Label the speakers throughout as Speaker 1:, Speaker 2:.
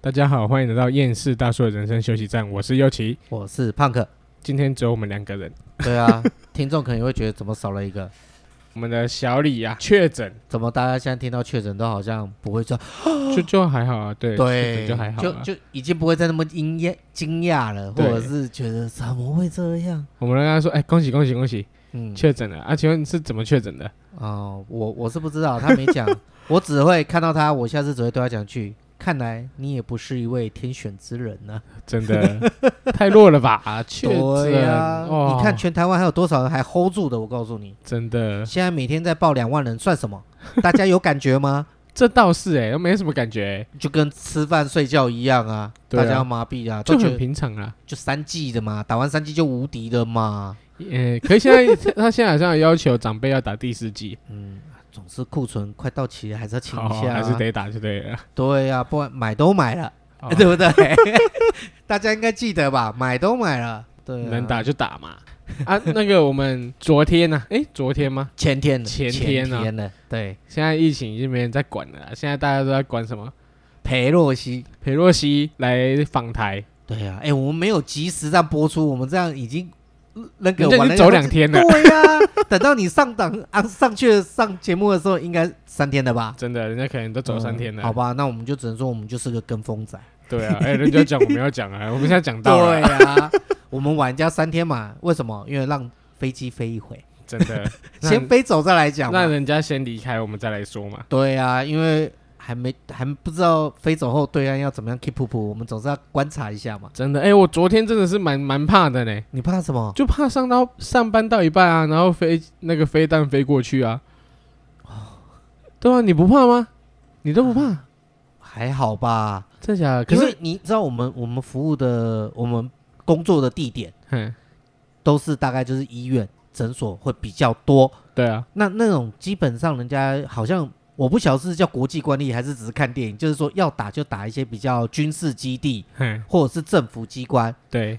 Speaker 1: 大家好，欢迎来到厌世大叔的人生休息站，我是优奇。
Speaker 2: 我是胖克。
Speaker 1: 今天只有我们两个人，
Speaker 2: 对啊， 听众可能会觉得怎么少了一个？
Speaker 1: 我们的小李啊确诊，
Speaker 2: 怎么大家现在听到确诊都好像不会说
Speaker 1: 就就还好啊，对，确
Speaker 2: 对，
Speaker 1: 诊就还好、
Speaker 2: 就
Speaker 1: 啊。
Speaker 2: 就已经不会再那么惊讶惊讶了，或
Speaker 1: 对
Speaker 2: 者是觉得怎么会这样？
Speaker 1: 我们跟他说，哎、恭喜恭喜恭喜，
Speaker 2: 嗯，
Speaker 1: 确诊了啊！请问你是怎么确诊 的？
Speaker 2: 哦，我我是不知道，他没 讲，我只会看到他，我下次只会对他讲句。看来你也不是一位天选之人啊呢、
Speaker 1: 真的太弱了吧？确
Speaker 2: 对
Speaker 1: 诊、
Speaker 2: 呀、
Speaker 1: 哦，
Speaker 2: 你看全台湾还有多少人还 hold 住的？我告 诉你，
Speaker 1: 真的，
Speaker 2: 现在每天在报两万人算什么？大家有感觉吗？
Speaker 1: 这倒是哎、都没什么感觉、欸，
Speaker 2: 就跟吃饭睡觉一样啊，
Speaker 1: 对啊
Speaker 2: 大家要麻痹啊，
Speaker 1: 就
Speaker 2: 都觉
Speaker 1: 很
Speaker 2: 得
Speaker 1: 平常啦。
Speaker 2: 就三 G 的嘛，打完三 G 就无敌的嘛，
Speaker 1: 呃，可是现在他现在好像要求长辈要打第四剂，
Speaker 2: 总是库存快到期了，还是要清
Speaker 1: 好、
Speaker 2: 一下、啊
Speaker 1: 嗯哦还是得打就对了。
Speaker 2: 对啊，不然买都买了，
Speaker 1: 哦
Speaker 2: 对不对？大家应该记得吧，买都买了，对、啊，
Speaker 1: 能打就打嘛。啊，那个我们昨天呢、啊？哎、昨天吗？
Speaker 2: 前天的
Speaker 1: 前
Speaker 2: 天
Speaker 1: 天啊
Speaker 2: 的，对，
Speaker 1: 现在疫情已经没人在管了啦，现在大家都在管什么？
Speaker 2: 裴洛西。
Speaker 1: 裴洛西来访台，
Speaker 2: 对啊，哎、我们没有及时这样播出，我们这样已经呃那个
Speaker 1: 人家已
Speaker 2: 完
Speaker 1: 经
Speaker 2: 了
Speaker 1: 走两天了
Speaker 2: 对呀、等到你上档啊上去上节目的时候，应该三天了吧？
Speaker 1: 真的，人家可能都走三天了。
Speaker 2: 嗯好，吧，那我们就只能说我们就是个跟风仔。
Speaker 1: 对啊，哎、人家讲我们要讲 啊，我们现在讲到了，
Speaker 2: 啊， 我们玩家三天嘛，为什么？因为让飞机飞一回，
Speaker 1: 真的，
Speaker 2: 先飞走再来讲
Speaker 1: 让
Speaker 2: 嘛。
Speaker 1: 人家先离开，我们再来说嘛。
Speaker 2: 对啊，因为还没还不知道飞走后对岸要怎么样 keep up，我们总是要观察一下嘛。
Speaker 1: 真的，哎、我昨天真的是蛮蛮怕的呢，
Speaker 2: 你怕什么？
Speaker 1: 就怕上到上班到一半啊，然后飞那个飞弹飞过去啊。
Speaker 2: 哦
Speaker 1: 对啊，你不怕吗？你都不怕，
Speaker 2: 啊还好吧？
Speaker 1: 真假的？可
Speaker 2: 可
Speaker 1: 是
Speaker 2: 是，你知道我们我们服务的我们工作的地点
Speaker 1: 嗯，
Speaker 2: 都是大概就是医院、诊所会比较多。
Speaker 1: 对啊，
Speaker 2: 那那种基本上人家好像我不晓得是叫国际惯例，还是只是看电影，就是说要打就打一些比较军事基地
Speaker 1: 嗯，
Speaker 2: 或者是政府机关。
Speaker 1: 对，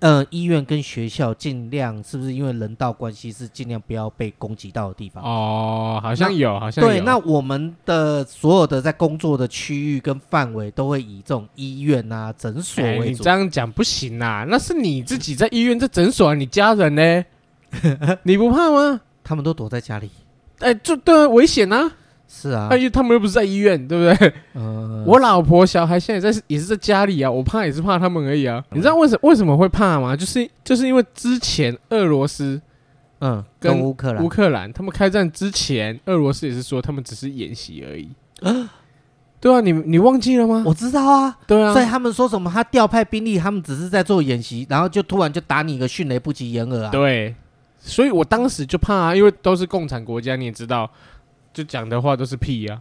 Speaker 2: 呃，医院跟学校尽量是不是因为人道关系是尽量不要被攻击到的地方？
Speaker 1: 哦，好像有，好像有。
Speaker 2: 对，那我们的所有的在工作的区域跟范围都会以这种医院啊、诊所
Speaker 1: 哎
Speaker 2: 为
Speaker 1: 你
Speaker 2: 主
Speaker 1: 这。样讲不行啊，那是你自己在医院、在诊所、啊，你家人 呢？你不怕吗？
Speaker 2: 他们都躲在家里。
Speaker 1: 哎、就对啊，危险啊！
Speaker 2: 是啊
Speaker 1: 哎、，呦，他们又不是在医院，对不对？
Speaker 2: 呃，
Speaker 1: 我老婆、小孩现在在也是在家里啊，我怕也是怕他们而已啊。你知道为什为什么会怕吗？就是就是因为之前俄罗斯、
Speaker 2: 嗯，
Speaker 1: 跟
Speaker 2: 跟乌克兰
Speaker 1: 乌克兰他们开战之前，俄罗斯也是说他们只是演习而 已。对啊，你你忘记了吗？
Speaker 2: 我知道啊，
Speaker 1: 对啊
Speaker 2: 所以，他们说什么他调派兵力，他们只是在做演习，然后就突然就打你一个迅雷不及掩耳啊。
Speaker 1: 对，所以我当时就怕啊，因为都是共产国家，你也知道，就讲的话都是屁啊。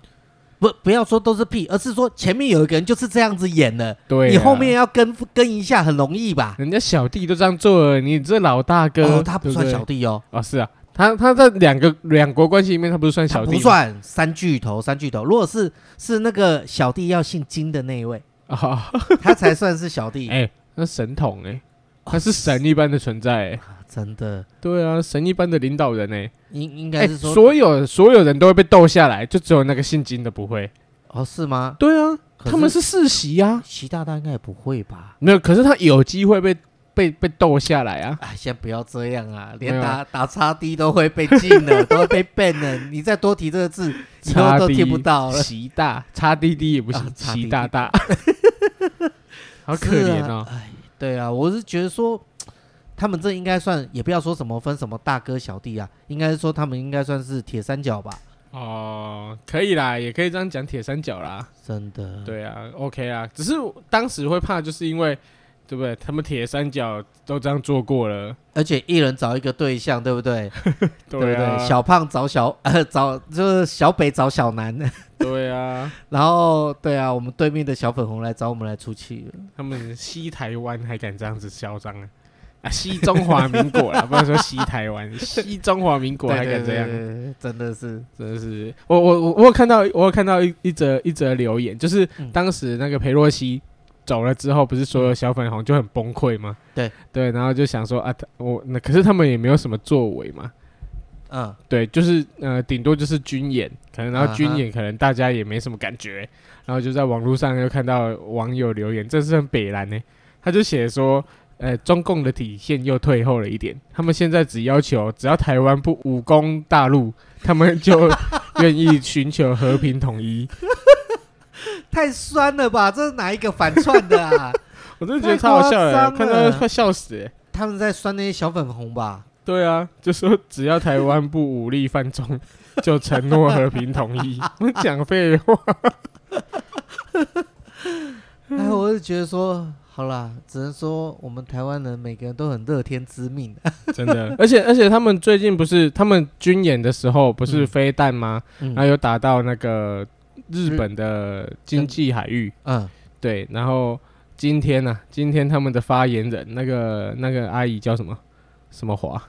Speaker 2: 不，不要说都是屁，而是说前面有一个人就是这样子演的，
Speaker 1: 对啊，
Speaker 2: 你后面要跟跟一下很容易吧？
Speaker 1: 人家小弟都这样做了，你这老大哥，
Speaker 2: 哦，他不
Speaker 1: 对
Speaker 2: 算
Speaker 1: 对
Speaker 2: 小弟哦，
Speaker 1: 哦，是啊，他他在两个两国关系里面，他不是算
Speaker 2: 他
Speaker 1: 小弟吗，
Speaker 2: 不算三巨头，三巨头。如果是是那个小弟要姓金的那 一位，
Speaker 1: 啊，
Speaker 2: 他才算是小弟。
Speaker 1: 哎，那神童哎，他是神一般的存在哎，
Speaker 2: 真的，
Speaker 1: 对啊，神一般的领导人哎，
Speaker 2: 应应
Speaker 1: 哎，
Speaker 2: 该是说，
Speaker 1: 所有所有人都会被斗下来，就只有那个姓金的不会。
Speaker 2: 哦是吗？
Speaker 1: 对啊，
Speaker 2: 可是
Speaker 1: 他们是世袭啊，
Speaker 2: 习大大应该也不会吧？
Speaker 1: 没有，可是他有机会被被被斗下来啊。
Speaker 2: 哎，先不要这样啊！
Speaker 1: 没
Speaker 2: 连
Speaker 1: 有
Speaker 2: 打打叉 D 都会被禁了，都会被 ban 了。你再多提这个字，以后
Speaker 1: 叉
Speaker 2: 都
Speaker 1: D
Speaker 2: 听不到了。
Speaker 1: 习大叉滴滴也不
Speaker 2: 啊
Speaker 1: 行，
Speaker 2: 叉
Speaker 1: 习
Speaker 2: DD
Speaker 1: 大 大， 好可怜哦
Speaker 2: 是啊。哎，对啊，我是觉得说，他们这应该算，也不要说什么分什么大哥小弟啊，应该是说他们应该算是铁三角吧。
Speaker 1: 哦，可以啦，也可以这样讲铁三角啦。
Speaker 2: 真的，，
Speaker 1: 对啊，OK 啊，只是我当时会怕，就是因为对不对？他们铁三角都这样做过了，
Speaker 2: 而且一人找一个对象，对不对？
Speaker 1: 对
Speaker 2: 不
Speaker 1: 啊，
Speaker 2: 对？小胖找小 呃找就是小北找小南，
Speaker 1: 对啊，
Speaker 2: 然后对啊，我们对面的小粉红来找我们来出气了。
Speaker 1: 他们西台湾还敢这样子嚣张啊？啊，西中华民国啦，不能说西台 湾，西中华民国还敢这样啊
Speaker 2: 对，对对对真的是
Speaker 1: 真的是，我我我我有看到，我有看到一一则一则留言，就是
Speaker 2: 嗯
Speaker 1: 当时那个裴洛西走了之后，不是所有小粉红就很崩溃吗？
Speaker 2: 对
Speaker 1: 对，然后就想说啊，他我那可是他们也没有什么作为嘛，
Speaker 2: 嗯，
Speaker 1: 对，就是呃，顶多就是军演，可能然
Speaker 2: 啊
Speaker 1: 后
Speaker 2: 哈
Speaker 1: 军演可能大家也没什么感觉，然后就在网络上又看到网友留言，这是很北蓝呢，他就写说，呃，中共的底线又退后了一点，他们现在只要求只要台湾不武功大陆，他们 就愿意寻求和平统一。
Speaker 2: 太酸了吧？这是哪一个反串的啊？
Speaker 1: 我真的觉得超好笑
Speaker 2: 太
Speaker 1: 的，
Speaker 2: 夸
Speaker 1: 看
Speaker 2: 张了
Speaker 1: 到快笑死欸。
Speaker 2: 他们在酸那些小粉红吧？
Speaker 1: 对啊，就说只要台湾不武力犯中，就承诺和平统 一。我讲废话。
Speaker 2: 哎，我是觉得说，好啦，只能说我们台湾人每个人都很乐天知命。
Speaker 1: 真的， 而且而且他们最近不是他们军演的时候不是
Speaker 2: 嗯
Speaker 1: 飞弹吗？ 然后
Speaker 2: 嗯
Speaker 1: 有打到那个日本的经济海域，
Speaker 2: 嗯，
Speaker 1: 对，然后今天呢、今天他们的发言人那个那个阿姨叫什么什么华，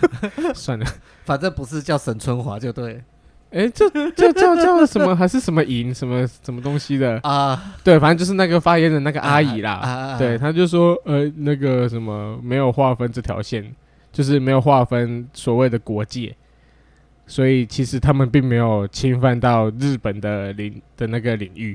Speaker 1: 算了，
Speaker 2: 反正不是叫沈春华就对
Speaker 1: 哎、这这叫叫什么还是什么银什么什么东西的，
Speaker 2: 啊，
Speaker 1: 对，反正就是那个发言人那个阿姨啦，
Speaker 2: 啊啊啊
Speaker 1: 对，他就说，呃，那个什么没有划分这条线，就是没有划分所谓的国界，所以其实他们并没有侵犯到日本的领的那个领域。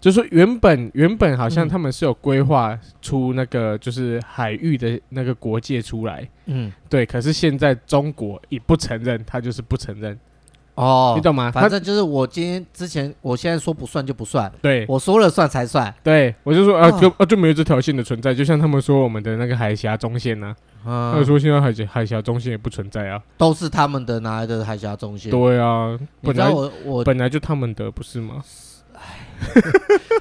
Speaker 1: 就说原本原本好像
Speaker 2: 嗯
Speaker 1: 他们是有规划出那个就是海域的那个国界出来，
Speaker 2: 嗯，
Speaker 1: 对，可是现在中国也不承认，他就是不承认，
Speaker 2: 哦，
Speaker 1: 你懂吗？他
Speaker 2: 反正就是我今天之前，我现在说不算就不算，
Speaker 1: 对
Speaker 2: 我说了算才算。
Speaker 1: 对，我就说啊，
Speaker 2: 哦
Speaker 1: 就啊就没有这条线的存在，就像他们说我们的那个海峡中线啊呢、他
Speaker 2: 嗯
Speaker 1: 就，说现在海峡海峡中线也不存在啊。
Speaker 2: 都是他们的拿来的海峡中心。
Speaker 1: 对啊，
Speaker 2: 你
Speaker 1: 本
Speaker 2: 知道
Speaker 1: 来
Speaker 2: 我我
Speaker 1: 本来就他们的不是吗？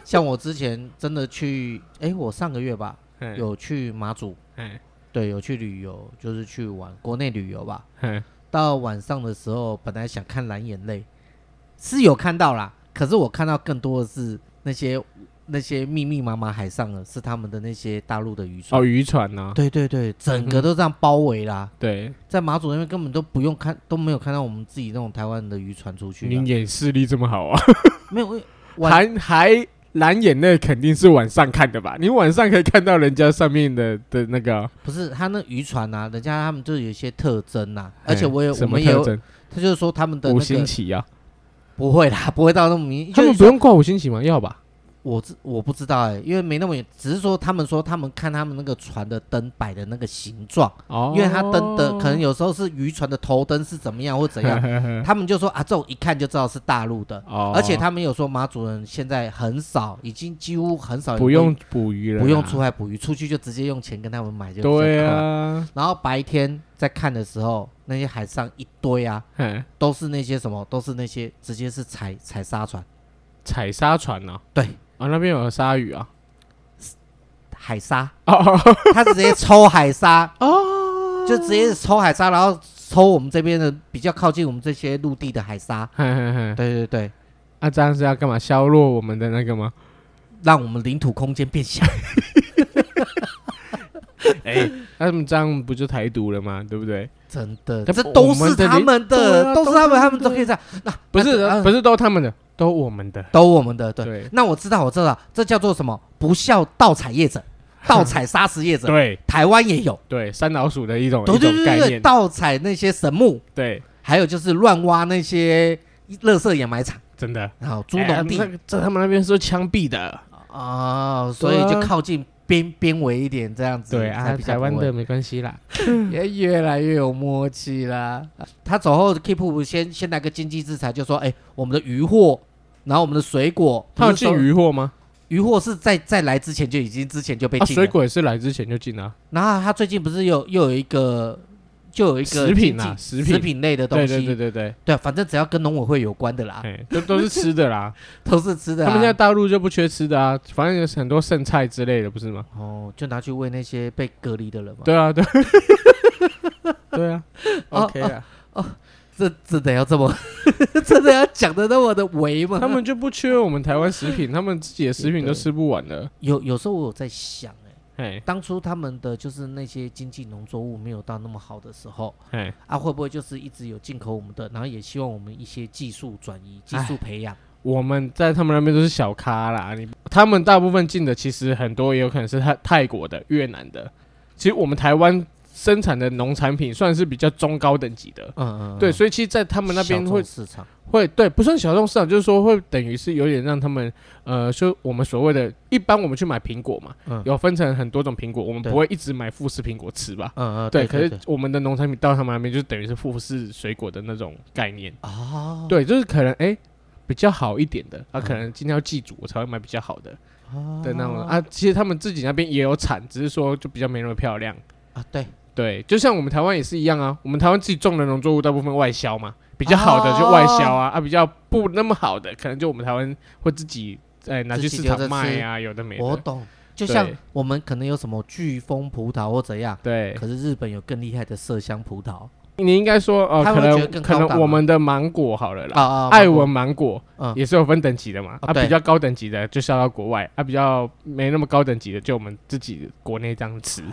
Speaker 2: 像我之前真的去，哎，我上个月吧
Speaker 1: 嘿
Speaker 2: 有去马祖，
Speaker 1: 嘿
Speaker 2: 对，有去旅游，就是去玩国内旅游吧。
Speaker 1: 嘿
Speaker 2: 到晚上的时候，本来想看蓝眼泪，是有看到啦，可是我看到更多的是那些那些密密麻麻海上的，是他们的那些大陆的渔船。
Speaker 1: 哦，渔船呐，
Speaker 2: 对对对，整个都这样包围啦，
Speaker 1: 对，
Speaker 2: 在马祖那边根本都不用看，都没有看到我们自己那种台湾人的渔船出去
Speaker 1: 您
Speaker 2: 的，
Speaker 1: 演视力这么好啊？
Speaker 2: 没有。因为晚
Speaker 1: 还还蓝眼泪肯定是晚上看的吧？你晚上可以看到人家上面的的那个啊
Speaker 2: 不是他那渔船啊，人家他们就是有一些特征呐、而且
Speaker 1: 嘿
Speaker 2: 我也我
Speaker 1: 什么
Speaker 2: 们也有
Speaker 1: 特，征？
Speaker 2: 他就是说他们的
Speaker 1: 五
Speaker 2: 那
Speaker 1: 星
Speaker 2: 个
Speaker 1: 旗啊？
Speaker 2: 不会啦， 不会到那么明，
Speaker 1: 他
Speaker 2: 就
Speaker 1: 们
Speaker 2: 是
Speaker 1: 不用挂五星旗吗？要吧？
Speaker 2: 我知我不知道哎、因为没那么远，只是说他们说他们看他们那个船的灯摆的那个形状，
Speaker 1: 哦，
Speaker 2: 因为它灯的可能有时候是渔船的头灯是怎么样或怎样，
Speaker 1: 样
Speaker 2: 他们就说啊，这种一看就知道是大陆的。
Speaker 1: 哦，
Speaker 2: 而且他们有说马主人现在很少，已经几乎很少
Speaker 1: 不用捕鱼了啦，
Speaker 2: 不用出海捕鱼，出去就直接用钱跟他们买就比较
Speaker 1: 对
Speaker 2: 快。
Speaker 1: 啊，
Speaker 2: 然后白天在看的时候，那些海上一堆啊，
Speaker 1: 嘿
Speaker 2: 都是那些什么，都是那些直接是采采沙船，
Speaker 1: 采沙船呐，
Speaker 2: 对，
Speaker 1: 啊那边有鲨鱼啊，
Speaker 2: 海沙，
Speaker 1: 哦哦哦
Speaker 2: 他直接抽海 沙哦，就直接抽海沙，然后抽我们这边的比较靠近我们这些陆地的海沙。
Speaker 1: 嘿嘿嘿。
Speaker 2: 对对对，
Speaker 1: 啊，这样是要干嘛？削弱我们的那个吗？
Speaker 2: 让我们领土空间变小。
Speaker 1: 哎、 那他们这样不就台独了吗？对不对？
Speaker 2: 真的，
Speaker 1: 但
Speaker 2: 这
Speaker 1: 我
Speaker 2: 都是
Speaker 1: 们的
Speaker 2: 他
Speaker 1: 领
Speaker 2: 们
Speaker 1: 对
Speaker 2: 的，
Speaker 1: 啊
Speaker 2: 都是他
Speaker 1: 都
Speaker 2: 们，
Speaker 1: 是
Speaker 2: 他们都可以这样。那
Speaker 1: 不是，呃
Speaker 2: 那
Speaker 1: 不是都他们的，都我们的。
Speaker 2: 都我们的，对。
Speaker 1: 对
Speaker 2: 那我知道，我知道，这叫做什么？不孝盗采业 者，盗采砂石业者，
Speaker 1: 对
Speaker 2: 台湾也有。
Speaker 1: 对，三老鼠的一种
Speaker 2: 啊对
Speaker 1: 一
Speaker 2: 对
Speaker 1: 种
Speaker 2: 对
Speaker 1: 概
Speaker 2: 对，
Speaker 1: 念。
Speaker 2: 盗采那些神木，
Speaker 1: 对，
Speaker 2: 还有就是乱挖那些垃圾掩埋场，
Speaker 1: 真的。
Speaker 2: 然后猪农地
Speaker 1: 哎那个在他们那边是枪毙的。
Speaker 2: 哦，所
Speaker 1: 对
Speaker 2: 以
Speaker 1: 啊
Speaker 2: 就靠近边边围一点这样子，
Speaker 1: 对
Speaker 2: 才
Speaker 1: 啊，
Speaker 2: 比较
Speaker 1: 台湾
Speaker 2: 不会
Speaker 1: 的没关系啦。
Speaker 2: 也越来越有默契啦。他走后，Keep 先先来个经济制裁，就说哎，我们的渔获，然后我们的水果，
Speaker 1: 他有
Speaker 2: 不是说
Speaker 1: 进渔获吗？
Speaker 2: 渔获是在在来之前就已经之前就被
Speaker 1: 啊，
Speaker 2: 禁了。
Speaker 1: 水果也是来之前就进了啊。
Speaker 2: 然后他最近不是又又有一个，就有一个
Speaker 1: 食品啊
Speaker 2: 经济
Speaker 1: 食品
Speaker 2: 食品类的东
Speaker 1: 对
Speaker 2: 西，啊
Speaker 1: 对对对对，
Speaker 2: 对啊反正只要跟农委会有关 的啦，
Speaker 1: 哎，都都是吃的 啦。
Speaker 2: 都是吃的啊
Speaker 1: 他
Speaker 2: 啦。
Speaker 1: 们现在大陆就不缺吃的啊，反正有很多剩菜之类的，不是吗？
Speaker 2: 哦，就拿去喂那些被隔离的人嘛。
Speaker 1: 对啊， 对。对啊
Speaker 2: 哦
Speaker 1: ，OK 啊，
Speaker 2: 这真的要这么， 真的要讲的那么的唯吗？
Speaker 1: 啊他们就不缺我们台湾食品，他们自己的食品都吃不完了。
Speaker 2: 有有时候我有在想、哎，
Speaker 1: 哎
Speaker 2: 当初他们的就是那些经济农作物没有到那么好的时候，
Speaker 1: 哎，
Speaker 2: 啊，会不会就是一直有进口我们的，然后也希望我们一些技术转移、技术培养？
Speaker 1: 我们在他们那边都是小咖啦，你他们大部分进的其实很多也有可能是泰泰国的、越南的，其实我们台湾生产的农产品算是比较中高等级的。
Speaker 2: 嗯嗯，
Speaker 1: 对，
Speaker 2: 嗯
Speaker 1: 所以其实，在他们那边
Speaker 2: 小
Speaker 1: 会
Speaker 2: 众市场，
Speaker 1: 会对，不算小众市场，就是说会等于是有点让他们呃，说我们所谓的，一般我们去买苹果嘛，
Speaker 2: 嗯
Speaker 1: 有分成很多种苹果，我们
Speaker 2: 对
Speaker 1: 不会一直买富士苹果吃吧？
Speaker 2: 嗯嗯，
Speaker 1: 对，
Speaker 2: 对，
Speaker 1: 可是我们的农产品到他们那边，就等于是富士水果的那种概念。
Speaker 2: 啊，
Speaker 1: 对，就是可能哎、比较好一点的，啊，
Speaker 2: 嗯
Speaker 1: 可能今天要祭祖，我才会买比较好的
Speaker 2: 啊
Speaker 1: 的那种啊。其实他们自己那边也有产，只是说就比较没那么漂亮。
Speaker 2: 啊，对，
Speaker 1: 对，就像我们台湾也是一样啊，我们台湾自己种的农作物大部分外销嘛，比较好的就外销
Speaker 2: 哦
Speaker 1: 啊，啊，比较不那么好的，可能就我们台湾会自己哎、拿去市场卖啊，有的没
Speaker 2: 我
Speaker 1: 的。
Speaker 2: 懂。就像
Speaker 1: 对
Speaker 2: 我们可能有什么飓风葡萄或怎样，
Speaker 1: 对，
Speaker 2: 可是日本有更厉害的麝香葡萄
Speaker 1: 你应该说哦、
Speaker 2: 他
Speaker 1: 可
Speaker 2: 们会觉
Speaker 1: 能
Speaker 2: 得更
Speaker 1: 可
Speaker 2: 高档
Speaker 1: 能我
Speaker 2: 吗
Speaker 1: 们的芒果好了啦，
Speaker 2: 啊啊，
Speaker 1: 爱文芒果
Speaker 2: 嗯
Speaker 1: 也是有分等级的嘛，
Speaker 2: 哦
Speaker 1: 啊，
Speaker 2: 对
Speaker 1: 比较高等级的就销到国外，啊，比较没那么高等级的就我们自己国内这样吃。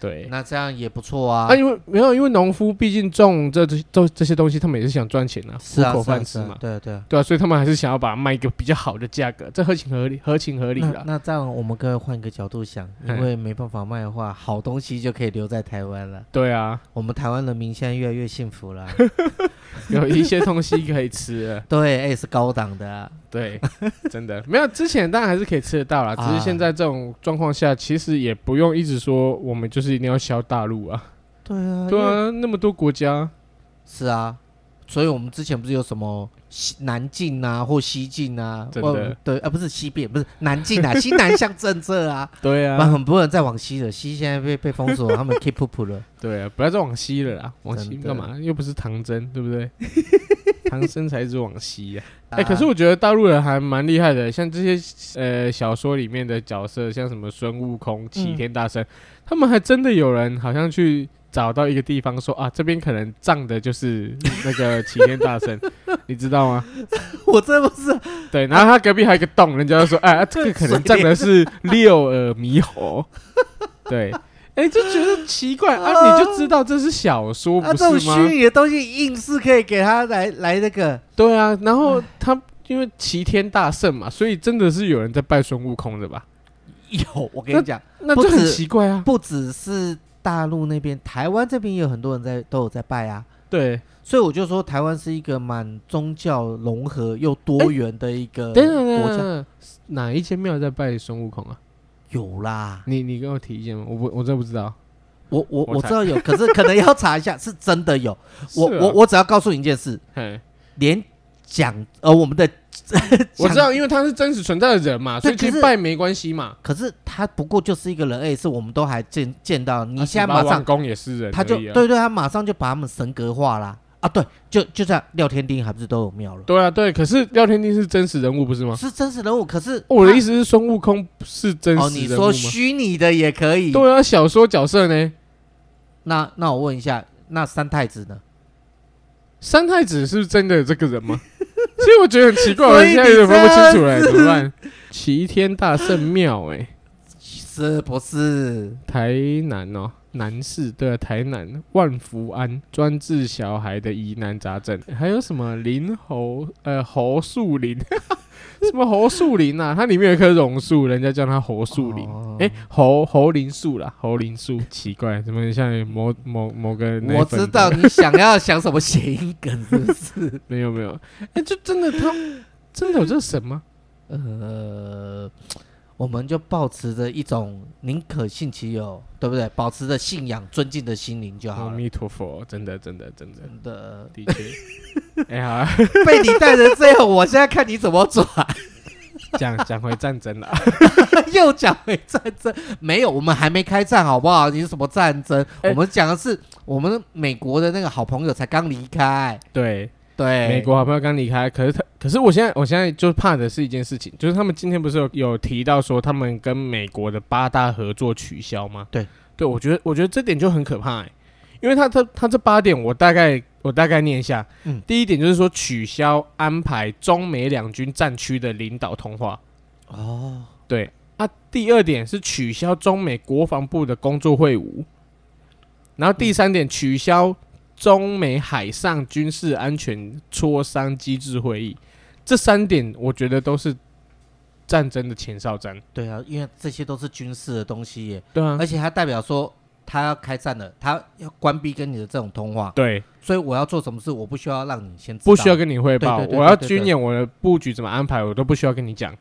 Speaker 1: 对，
Speaker 2: 那这样也不错啊
Speaker 1: 啊，。因为没有，因为农夫毕竟种这这这这些东西，他们也是想赚钱啊，
Speaker 2: 是啊，
Speaker 1: 糊口
Speaker 2: 是啊
Speaker 1: 饭吃
Speaker 2: 是啊
Speaker 1: 嘛，
Speaker 2: 对啊对啊。
Speaker 1: 对啊，所以他们还是想要把它卖一个比较好的价格，这合情合理，合情合理
Speaker 2: 那
Speaker 1: 啦。
Speaker 2: 那这样，我们各位换一个角度想，因
Speaker 1: 嗯
Speaker 2: 为没办法卖的话，好东西就可以留在台湾了。
Speaker 1: 对啊，
Speaker 2: 我们台湾人民现在越来越幸 福了。
Speaker 1: 有一些东西可以吃了，
Speaker 2: 对，哎，是高档的啊。
Speaker 1: 对，真的没有之前当然还是可以吃得到啦，只
Speaker 2: 啊
Speaker 1: 是现在这种状况下，其实也不用一直说我们就是一定要销大陆啊，
Speaker 2: 对啊，
Speaker 1: 对
Speaker 2: 因为。
Speaker 1: 啊，那么多国家，
Speaker 2: 是啊，所以我们之前不是有什么西南进啊或西进啊，
Speaker 1: 真
Speaker 2: 或
Speaker 1: 的
Speaker 2: 对啊，不是西边，不是南 进啊，西南向政策啊，
Speaker 1: 对
Speaker 2: 那
Speaker 1: 啊，
Speaker 2: 很多人在往西了，西现在被被封 锁，他们 keep up 了，
Speaker 1: 对啊，不要再往西了啦，往西
Speaker 2: 真的
Speaker 1: 干嘛？又不是唐僧，对不 对？唐僧才一直往西呀、
Speaker 2: 啊
Speaker 1: 哎、可是我觉得大陆人还蛮厉害的，像这些呃小说里面的角色，像什么孙悟空、
Speaker 2: 嗯
Speaker 1: 齐天大圣，他们还真的有人好像去找到一个地方说啊，这边可能葬的 就是那个齐天大圣，你知道吗？
Speaker 2: 我真的不是
Speaker 1: 对，然后他隔壁还有一个洞，人家就说哎、啊这个可能葬的 是六耳猕猴，对。哎、就觉得奇怪啊！你就知道这是小说，
Speaker 2: 啊，
Speaker 1: 不
Speaker 2: 这种
Speaker 1: 是吗？
Speaker 2: 虚拟的东西硬是可以给他来来那个，
Speaker 1: 对啊，然
Speaker 2: 哎
Speaker 1: 后他因为齐天大圣嘛，所以真的是有人在拜孙悟空的吧？
Speaker 2: 有我跟你讲，
Speaker 1: 那
Speaker 2: 不
Speaker 1: 就很
Speaker 2: 止
Speaker 1: 奇怪啊。
Speaker 2: 不只是大陆那边，台湾这边也有很多人在都有在拜啊。
Speaker 1: 对，
Speaker 2: 所以我就说，台湾是一个蛮宗教融合又多元的一个
Speaker 1: 等等
Speaker 2: 国
Speaker 1: 等
Speaker 2: 家。
Speaker 1: 等，哪一间庙在拜孙悟空啊？
Speaker 2: 有啦，
Speaker 1: 你你跟我提意见吗？我不我真的不知道。
Speaker 2: 我我
Speaker 1: 我
Speaker 2: 我
Speaker 1: 猜
Speaker 2: 知道有， 可是可能要查一下，是真的有。我
Speaker 1: 是啊
Speaker 2: 我我只要告诉你一件事，
Speaker 1: 嘿
Speaker 2: 连讲呃我们的
Speaker 1: 我知道，
Speaker 2: 讲
Speaker 1: 因为他是真实存在的人嘛，所
Speaker 2: 对
Speaker 1: 以去
Speaker 2: 可是
Speaker 1: 拜没关系嘛。
Speaker 2: 可是他不过就是一个人而已，是我们都还见见到。你
Speaker 1: 啊
Speaker 2: 现在
Speaker 1: 十八
Speaker 2: 马
Speaker 1: 王
Speaker 2: 上
Speaker 1: 公也是人而已啊，
Speaker 2: 他就对对，他马上就把他们神格化啦啊！对，就就这样，廖天丁还不是都有庙了？
Speaker 1: 对啊对。可是廖天丁是真实人物不是吗？
Speaker 2: 是真实人物，可是
Speaker 1: 我的
Speaker 2: 他
Speaker 1: 意思是孙悟空是真
Speaker 2: 哦，
Speaker 1: 实
Speaker 2: 你
Speaker 1: 人物
Speaker 2: 说
Speaker 1: 吗？
Speaker 2: 虚拟的也可以。
Speaker 1: 对啊，小说角色呢？
Speaker 2: 那那我问一下，那三太子呢？
Speaker 1: 三太子是真的有这个人 吗？所以我觉得很奇怪，我
Speaker 2: 所
Speaker 1: 现
Speaker 2: 以你
Speaker 1: 在有点分不清楚了，怎么办？齐天大圣庙，哎，
Speaker 2: 是不是？
Speaker 1: 台南哦，南市对、啊，台南万福庵专治小孩的疑难杂症，还有什么林猴呃猴树林， 什么猴树林啊？它里面有一棵榕树，人家叫它猴树林。
Speaker 2: 哦
Speaker 1: 哎、猴猴林树啦，猴林树，奇怪，怎么像某某某个奶
Speaker 2: 我
Speaker 1: 粉
Speaker 2: 知
Speaker 1: 的
Speaker 2: 道你想要想什么谐音梗是不是？
Speaker 1: 没有没有，哎、就真的他真的有这个神吗？
Speaker 2: 呃，我们就保持着一种宁可信其有，对不对？保持着信仰、尊敬的心灵就好
Speaker 1: 阿
Speaker 2: 了。
Speaker 1: 弥陀佛，真的真的真的
Speaker 2: 真的
Speaker 1: 的确。 哎、好、啊，
Speaker 2: 被你带成这样，我现在看你怎么转，
Speaker 1: 讲讲回战争了。
Speaker 2: 又讲回战争。没有，我们还没开战，好不好？你是什么战争？
Speaker 1: 哎
Speaker 2: 我们讲的是我们美国的那个好朋友才刚离开，
Speaker 1: 对，
Speaker 2: 对，
Speaker 1: 美国好朋友刚离开，可是他，可是我现在我现在就怕的是一件事情，就是他们今天不是有有提到说他们跟美国的八大合作取消吗？
Speaker 2: 对，
Speaker 1: 对我觉得我觉得这点就很可怕、欸，因为他他他这八点我大概我大概念一下，
Speaker 2: 嗯
Speaker 1: 第一点就是说取消安排中美两军战区的领导通话，
Speaker 2: 哦，
Speaker 1: 对啊，第二点是取消中美国防部的工作会晤，然后第三点取消中美海上军事安全磋商机制会议。这三点我觉得都是战争的前哨战。
Speaker 2: 对啊，因为这些都是军事的东西耶。
Speaker 1: 对啊
Speaker 2: 而，且它代表说他要开战了，他要关闭跟你的这种通话，
Speaker 1: 对，
Speaker 2: 所以我要做什么事，我不需要让你先知道，
Speaker 1: 不需要跟你汇报，
Speaker 2: 对对对
Speaker 1: 我要
Speaker 2: 对对对
Speaker 1: 军演，我的布局怎么安排，我都不需要跟你讲。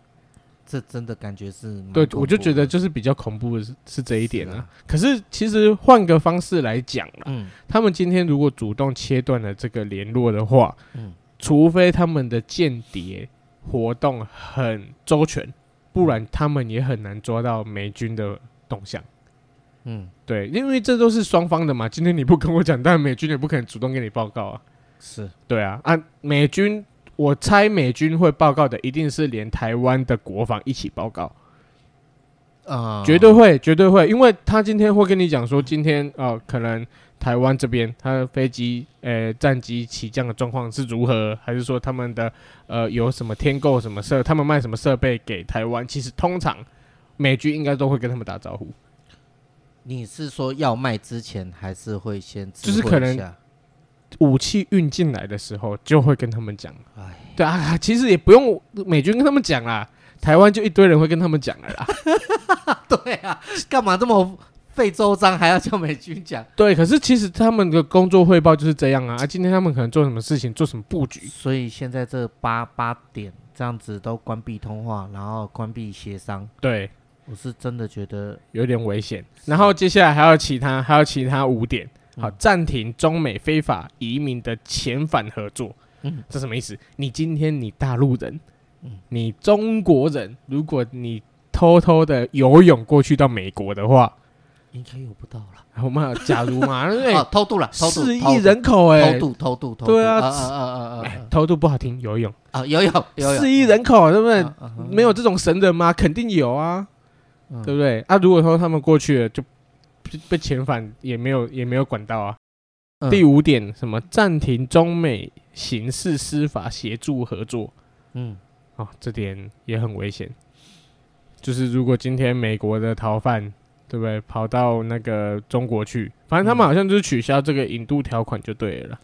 Speaker 2: 这真的感觉是蛮
Speaker 1: 对，
Speaker 2: 恐
Speaker 1: 我就
Speaker 2: 怖
Speaker 1: 觉得
Speaker 2: 的
Speaker 1: 就是比较恐怖的是是这一点
Speaker 2: 是
Speaker 1: 啊
Speaker 2: 啊。
Speaker 1: 可是其实换个方式来讲啦，
Speaker 2: 嗯
Speaker 1: 他们今天如果主动切断了这个联络的话，
Speaker 2: 嗯
Speaker 1: 除非他们的间谍活动很周全，不然他们也很难抓到美军的动向。
Speaker 2: 嗯
Speaker 1: 对，因为这都是双方的嘛。今天你不跟我讲，但美军也不可能主动跟你报告啊。
Speaker 2: 是
Speaker 1: 对啊，啊，美军，我猜美军会报告的一定是连台湾的国防一起报告，
Speaker 2: 啊，
Speaker 1: 绝对会，绝对会，因为他今天会跟你讲说，今天哦、呃可能台湾这边他的飞机呃战机起降的状况是如何，还是说他们的呃有什么添购什么设，他们卖什么设备给台湾？其实通常美军应该都会跟他们打招呼，
Speaker 2: 你是说要卖之前还是会先知
Speaker 1: 就是
Speaker 2: 会
Speaker 1: 可
Speaker 2: 一
Speaker 1: 能
Speaker 2: 下
Speaker 1: 武器运进来的时候就会跟他们讲。
Speaker 2: 哎
Speaker 1: 对啊，其实也不用美军跟他们讲啦，台湾就一堆人会跟他们讲了 啦。
Speaker 2: 对啊，干嘛这么费周章，还要叫美军讲？
Speaker 1: 对，可是其实他们的工作汇报就是这样啊。啊今天他们可能做什么事情，做什么布局，
Speaker 2: 所以现在这八八点这样子都关闭通话，然后关闭协商，
Speaker 1: 对，
Speaker 2: 我是真的觉得
Speaker 1: 有点危险。然后接下来还有其他，还有其他五点，好，
Speaker 2: 嗯
Speaker 1: 暂停中美非法移民的遣返合作。
Speaker 2: 嗯
Speaker 1: 这什么意思？你今天你大陆人
Speaker 2: 嗯，
Speaker 1: 你中国人，如果你偷偷的游泳过去到美国的话，
Speaker 2: 应该有不到了。
Speaker 1: 我们假如嘛， 对
Speaker 2: 哦，，偷渡了，偷渡，
Speaker 1: 四亿
Speaker 2: 偷渡
Speaker 1: 人口哎、
Speaker 2: 偷渡，偷渡，偷渡，
Speaker 1: 对啊
Speaker 2: 啊啊啊啊啊
Speaker 1: 偷渡不好听，游泳，
Speaker 2: 啊！有有有有，
Speaker 1: 四亿人口，对不对？
Speaker 2: 啊啊啊
Speaker 1: 没有这种神人吗？肯定有啊，
Speaker 2: 嗯
Speaker 1: 对不对？啊，如果说他们过去了，就被被遣返，也没有也没有管到啊。
Speaker 2: 嗯
Speaker 1: 第五点，什么暂停中美刑事司法协助合作
Speaker 2: 嗯，
Speaker 1: 哦，这点也很危险。就是如果今天美国的逃犯，对不对，跑到那个中国去，反正他们
Speaker 2: 嗯
Speaker 1: 好像就是取消这个引渡条款就对了啦。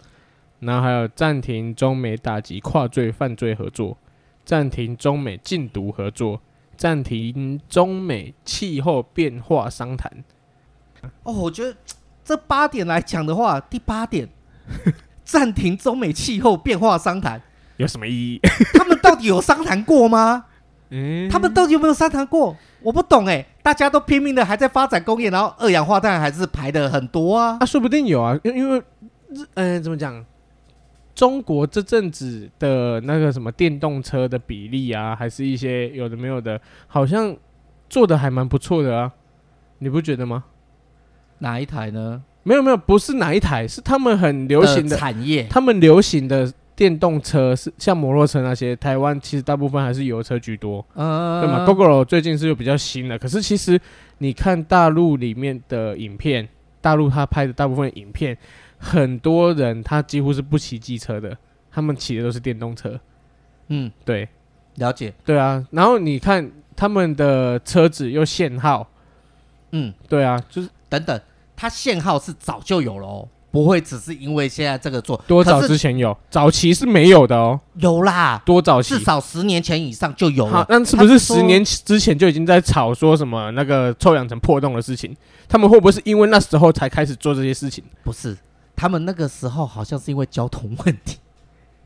Speaker 1: 然后还有暂停中美打击跨罪犯罪合作，暂停中美禁毒合作，暂停中美气候变化商谈。
Speaker 2: 哦，我觉得这八点来讲的话，第八点暂停中美气候变化商谈，
Speaker 1: 有什么意义？
Speaker 2: 他们到底有商谈过吗？
Speaker 1: 嗯
Speaker 2: 他们到底有没有商谈过？我不懂哎、大家都拼命的还在发展工业，然后二氧化碳还是排的很多啊。
Speaker 1: 啊，说不定有啊，因因为日呃怎么讲，中国这阵子的那个什么电动车的比例啊，还是一些有的没有的，好像做的还蛮不错的啊，你不觉得吗？
Speaker 2: 哪一台呢？
Speaker 1: 没有没有，不是哪一台，是他们很流行的，
Speaker 2: 呃产业，
Speaker 1: 他们流行的电动车是像摩托车那些，台湾其实大部分还是油车居多。
Speaker 2: 呃，
Speaker 1: 对嘛？GoGo 最近是有比较新的，可是其实你看大陆里面的影片，大陆他拍的大部分影片，很多人他几乎是不骑机车的，他们骑的都是电动车。
Speaker 2: 嗯，
Speaker 1: 对
Speaker 2: 了解，
Speaker 1: 对啊，然后你看他们的车子又限号，
Speaker 2: 嗯，
Speaker 1: 对啊，就是
Speaker 2: 等等，它限号是早就有了哦，不会只是因为现在这个做，
Speaker 1: 多早
Speaker 2: 可
Speaker 1: 之
Speaker 2: 是
Speaker 1: 前有，早期是没有的哦，
Speaker 2: 有啦，
Speaker 1: 多早期
Speaker 2: 至。少十年前以上就有
Speaker 1: 好
Speaker 2: 了，。
Speaker 1: 那是不
Speaker 2: 他
Speaker 1: 是
Speaker 2: 说
Speaker 1: 十年之前就已经在吵说什么那个臭氧层破洞的事情？他们会不会是因为那时候才开始做这些事情？
Speaker 2: 不是，他们那个时候好像是因为交通问题，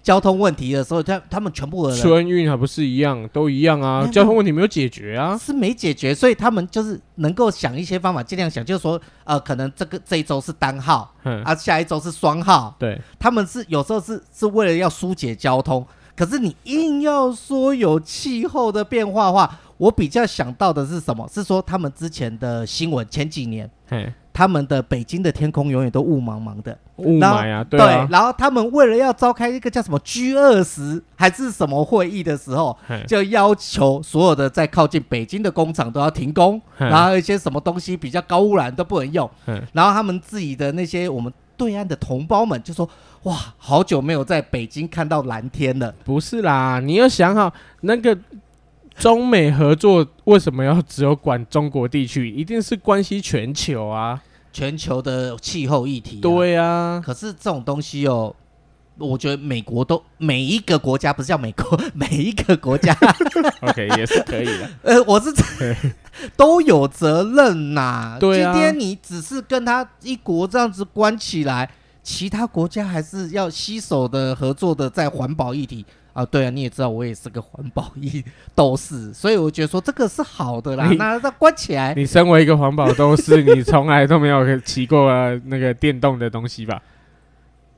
Speaker 2: 交通问题的时候，他他们全部的人
Speaker 1: 春运还不是一样，都一样啊
Speaker 2: 没，有
Speaker 1: 交通问题没有解决啊。
Speaker 2: 是没解决，所以他们就是能够想一些方法，尽量想，就是说，呃，可能这个这一周是单号
Speaker 1: 嗯，
Speaker 2: 啊，下一周是双号，
Speaker 1: 对，
Speaker 2: 他们是有时候是是为了要疏解交通，可是你硬要说有气候的变化的话，我比较想到的是什么？是说他们之前的新闻，前几年
Speaker 1: 嘿，
Speaker 2: 他们的北京的天空永远都雾茫茫的，
Speaker 1: 雾
Speaker 2: 然后
Speaker 1: 霾啊，对啊，
Speaker 2: 然后他们为了要召开一个叫什么 G 二十还是什么会议的时候，
Speaker 1: 嘿
Speaker 2: 就要求所有的在靠近北京的工厂都要停工，
Speaker 1: 嗯
Speaker 2: 然后一些什么东西比较高污染都不能用
Speaker 1: 嗯，
Speaker 2: 然后他们自己的那些我们对岸的同胞们就说：“哇，好久没有在北京看到蓝天了。
Speaker 1: 不是啦，你要想好那个中美合作为什么要只有管中国地区，一定是关系全球啊。”
Speaker 2: 全球的气候议题、，
Speaker 1: 对啊，
Speaker 2: 可是这种东西哦，我觉得美国都每一个国家不是叫美国， 每一个国家，
Speaker 1: OK，也是可以的。
Speaker 2: 呃，我是真 都有责任呐、
Speaker 1: 对啊
Speaker 2: 今天你只是跟他一国这样子关起来，其他国家还是要携手的合作的，在环保议题啊。对啊，你也知道我也是个环保意斗士，所以我觉得说这个是好的啦
Speaker 1: 你。
Speaker 2: 那那关起来，
Speaker 1: 哎你身为一个环保斗士，你从来都没有骑过那个电动的东西吧？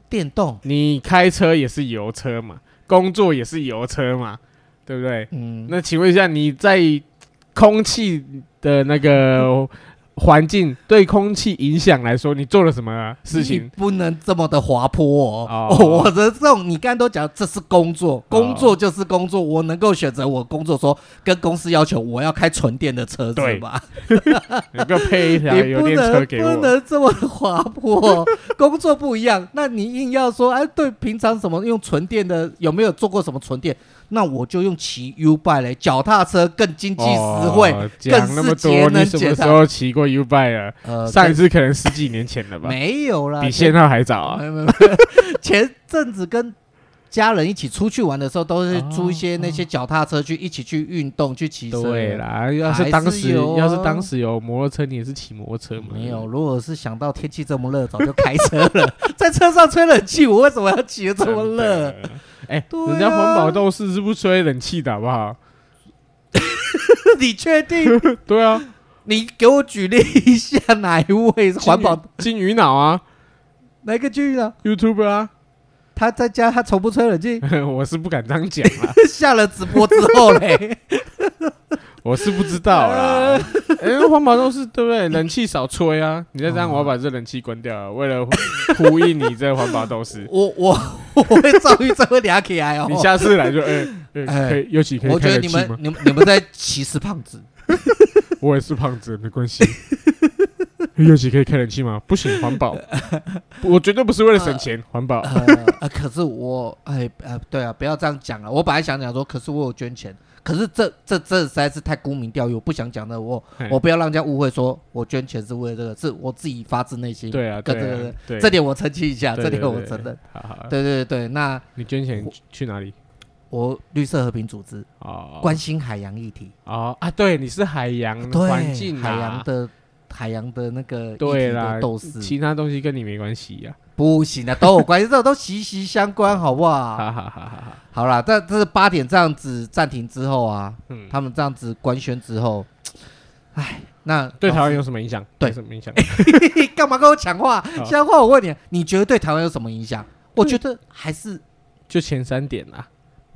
Speaker 2: 电动，
Speaker 1: 你开车也是油车嘛，工作也是油车嘛，对不对？
Speaker 2: 嗯，
Speaker 1: 那请问一下，你在空气的那个环境对空气影响来说，你做了什么事
Speaker 2: 你
Speaker 1: 情？
Speaker 2: 不能这么的滑坡哦。
Speaker 1: 哦
Speaker 2: 我的这种，你刚才都讲，这是工作，工作就是工作，我能够选择我工作说跟公司要求我要开纯电的车
Speaker 1: 对
Speaker 2: 子吧？
Speaker 1: 能够配一
Speaker 2: 你
Speaker 1: 条油
Speaker 2: 不
Speaker 1: 电车
Speaker 2: 能
Speaker 1: 给
Speaker 2: 不
Speaker 1: 我？
Speaker 2: 能这么滑坡，工作不一样，那你硬要说哎，对，平常什么用纯电的，有没有做过什么纯电？那我就用骑 U bike 嘞，脚踏车更经济实惠。
Speaker 1: 哦讲那么
Speaker 2: 更是节
Speaker 1: 多，
Speaker 2: 能
Speaker 1: 你什么
Speaker 2: 减
Speaker 1: 时
Speaker 2: 碳
Speaker 1: 候骑过 U bike 了？
Speaker 2: 呃，
Speaker 1: 上一次可能十几年前了吧，
Speaker 2: 没有啦，
Speaker 1: 比现在还早啊
Speaker 2: 没。有没有，没有 前阵子跟家人一起出去玩的时候，都是租一些那些脚踏车去一起去运动、去骑车。
Speaker 1: 哦对，啦，要
Speaker 2: 还
Speaker 1: 是当
Speaker 2: 是
Speaker 1: 时
Speaker 2: 有
Speaker 1: 要
Speaker 2: 啊
Speaker 1: 是当时有摩托车，你也是骑摩托车嘛？
Speaker 2: 没有。如果是想到天气这么热，早就开车了，在车上吹冷气，我为什么要骑得 这
Speaker 1: 真的
Speaker 2: 么热？？
Speaker 1: 哎、
Speaker 2: 对
Speaker 1: 人家环
Speaker 2: 啊
Speaker 1: 保斗士是不吹冷气的好不好？
Speaker 2: 你确定？
Speaker 1: 对啊，
Speaker 2: 你给我举例一下哪一位是 环保？
Speaker 1: 金鱼脑啊
Speaker 2: 哪个剧呢？
Speaker 1: ，YouTube 啊，
Speaker 2: 他在家他从不吹冷气，
Speaker 1: 我是不敢这样讲啦，
Speaker 2: 下了直播之后 嘞，
Speaker 1: 我是不知道 啦。哎、环保斗士对不对？冷气少吹啊！你再这样，
Speaker 2: 哦
Speaker 1: 我要把这冷气关掉啊 了，为了呼应你这环保斗士。
Speaker 2: 我我我会遭遇这会俩起来 哦。
Speaker 1: 你下次来就 哎、哎
Speaker 2: 哎
Speaker 1: 可以，尤其可以
Speaker 2: 我觉
Speaker 1: 开
Speaker 2: 得
Speaker 1: 冷
Speaker 2: 你
Speaker 1: 气
Speaker 2: 们
Speaker 1: 吗？
Speaker 2: 你们你们在歧视胖子。
Speaker 1: 我也是胖子，没关系。 尤其可以开冷气吗？不行，环保。我绝对不是为了省 钱，环保。
Speaker 2: 呃，呃可是我哎呃，对啊，不要这样讲了。我本来想讲说，可是我有捐钱，可是这这这实在是太沽名钓誉，我不想讲的。我
Speaker 1: 嘿
Speaker 2: 我不要让人家误会，说我捐钱是为了这个，是我自己发自内心。
Speaker 1: 对啊，
Speaker 2: 跟
Speaker 1: 对
Speaker 2: 这
Speaker 1: 啊
Speaker 2: 个，
Speaker 1: 对，
Speaker 2: 这点我澄清一下，
Speaker 1: 对
Speaker 2: 这点
Speaker 1: 对
Speaker 2: 我
Speaker 1: 对
Speaker 2: 承认。
Speaker 1: 好好，
Speaker 2: 对对对，那
Speaker 1: 你捐钱去去哪里？
Speaker 2: 我绿色和平组织
Speaker 1: 哦，
Speaker 2: 关心海洋议题，
Speaker 1: 哦啊，对，你是海洋
Speaker 2: 对
Speaker 1: 环境啊
Speaker 2: 海洋，的海洋的那个议
Speaker 1: 对
Speaker 2: 题
Speaker 1: 啦
Speaker 2: 的斗士，
Speaker 1: 其他东西跟你没关系呀。
Speaker 2: 不行的，都有关系， 这种都息息相关，好不好？
Speaker 1: 哈哈哈哈哈。
Speaker 2: 好啦，这这八点这样子暂停之后啊，
Speaker 1: 嗯，
Speaker 2: 他们这样子官宣之后，唉，那
Speaker 1: 对台
Speaker 2: 老
Speaker 1: 湾
Speaker 2: 师
Speaker 1: 有什么影响？
Speaker 2: 对
Speaker 1: 有什么影响？
Speaker 2: 干嘛跟我抢话？讲话我问你，你觉得对台湾有什么影
Speaker 1: 嗯
Speaker 2: 响？我觉得还是
Speaker 1: 就前三点啦，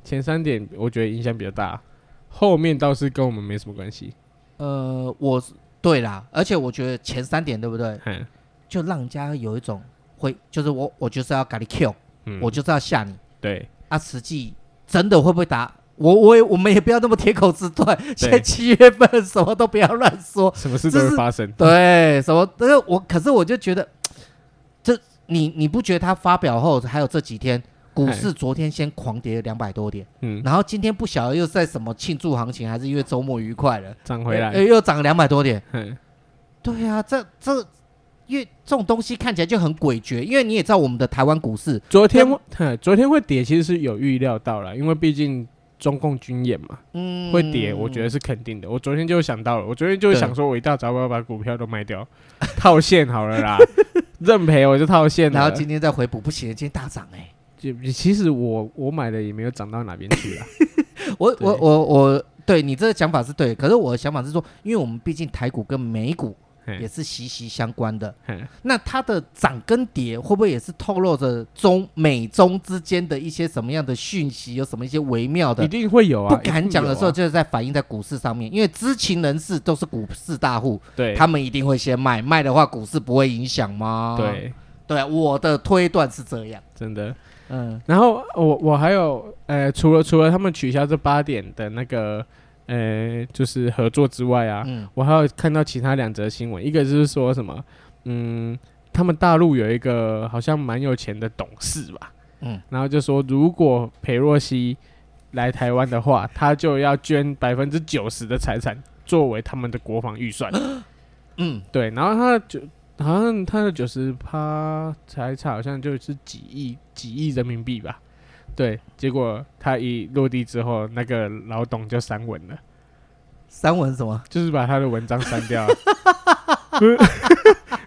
Speaker 1: 前三点我觉得影响比较大，后面倒是跟我们没什么关系。
Speaker 2: 呃，我是对啦，而且我觉得前三点对不对？
Speaker 1: 嗯
Speaker 2: 就让人家有一种会，就是我我就是要咖喱 Q，、
Speaker 1: 嗯，
Speaker 2: 我就是要吓你
Speaker 1: 对
Speaker 2: 啊！实际真的会不会打？我我也我们也不要那么铁口直断，现在七月份什么都不要乱说，
Speaker 1: 什么事都
Speaker 2: 这
Speaker 1: 会
Speaker 2: 是
Speaker 1: 发生。
Speaker 2: 对，什么？但是我可是我就觉得，这你你不觉得他发表后还有这几天，股市昨天先狂跌两百多点，
Speaker 1: 哎嗯，
Speaker 2: 然后今天不晓得又在什么庆祝行情，还是因为周末愉快了，
Speaker 1: 涨回
Speaker 2: 呃
Speaker 1: 来。
Speaker 2: 又涨两百多点。
Speaker 1: 嗯，
Speaker 2: 对啊，这这因为这种东西看起来就很诡谲，因为你也知道我们的台湾股市，
Speaker 1: 昨天
Speaker 2: 那
Speaker 1: 哼昨天会跌，其实是有预料到了，因为毕竟中共军演嘛，
Speaker 2: 嗯，
Speaker 1: 会跌，我觉得是肯定的。我昨天就想到了，我昨天就
Speaker 2: 对
Speaker 1: 想说，我一大早我要把股票都卖掉，套现好了啦， 认赔我就套现
Speaker 2: 然
Speaker 1: 了
Speaker 2: 后。今天再回补，不行，今天大涨哎、
Speaker 1: 就其实我我买的也没有涨到哪边去 啊。
Speaker 2: 我
Speaker 1: 对
Speaker 2: 我我我，对你这个想法是对的，可是我的想法是说，因为我们毕竟台股跟美股
Speaker 1: 嘿
Speaker 2: 也是息息相关的，
Speaker 1: 嘿
Speaker 2: 那它的涨跟跌会不会也是透露着中美中之间的一些什么样的讯息，有什么一些微妙
Speaker 1: 一
Speaker 2: 的？
Speaker 1: 定会有啊，
Speaker 2: 不
Speaker 1: 一定
Speaker 2: 敢讲的
Speaker 1: 有啊
Speaker 2: 时候，，就是在反映在股市上面，因为知情人士都是股市大户，
Speaker 1: 对，
Speaker 2: 他们一定会先卖，卖的话股市不会影响吗？，
Speaker 1: 对，
Speaker 2: 对，啊我的推断是这样。
Speaker 1: 真的。
Speaker 2: 嗯，
Speaker 1: 然后我我还有呃，除了除了他们取消这八点的那个呃，就是合作之外啊，
Speaker 2: 嗯
Speaker 1: 我还有看到其他两则新闻，一个就是说什么，嗯，他们大陆有一个好像蛮有钱的董事吧，
Speaker 2: 嗯，
Speaker 1: 然后就说如果裴若曦来台湾的话，他就要捐百分之九十的财产作为他们的国防预算，
Speaker 2: 嗯，
Speaker 1: 对，然后他就好像它的九十趴财产好像就是几亿几亿人民币吧。对，结果他一落地之后，那个老董就删文了，
Speaker 2: 三文什么？
Speaker 1: 就是把他的文章删掉了。啊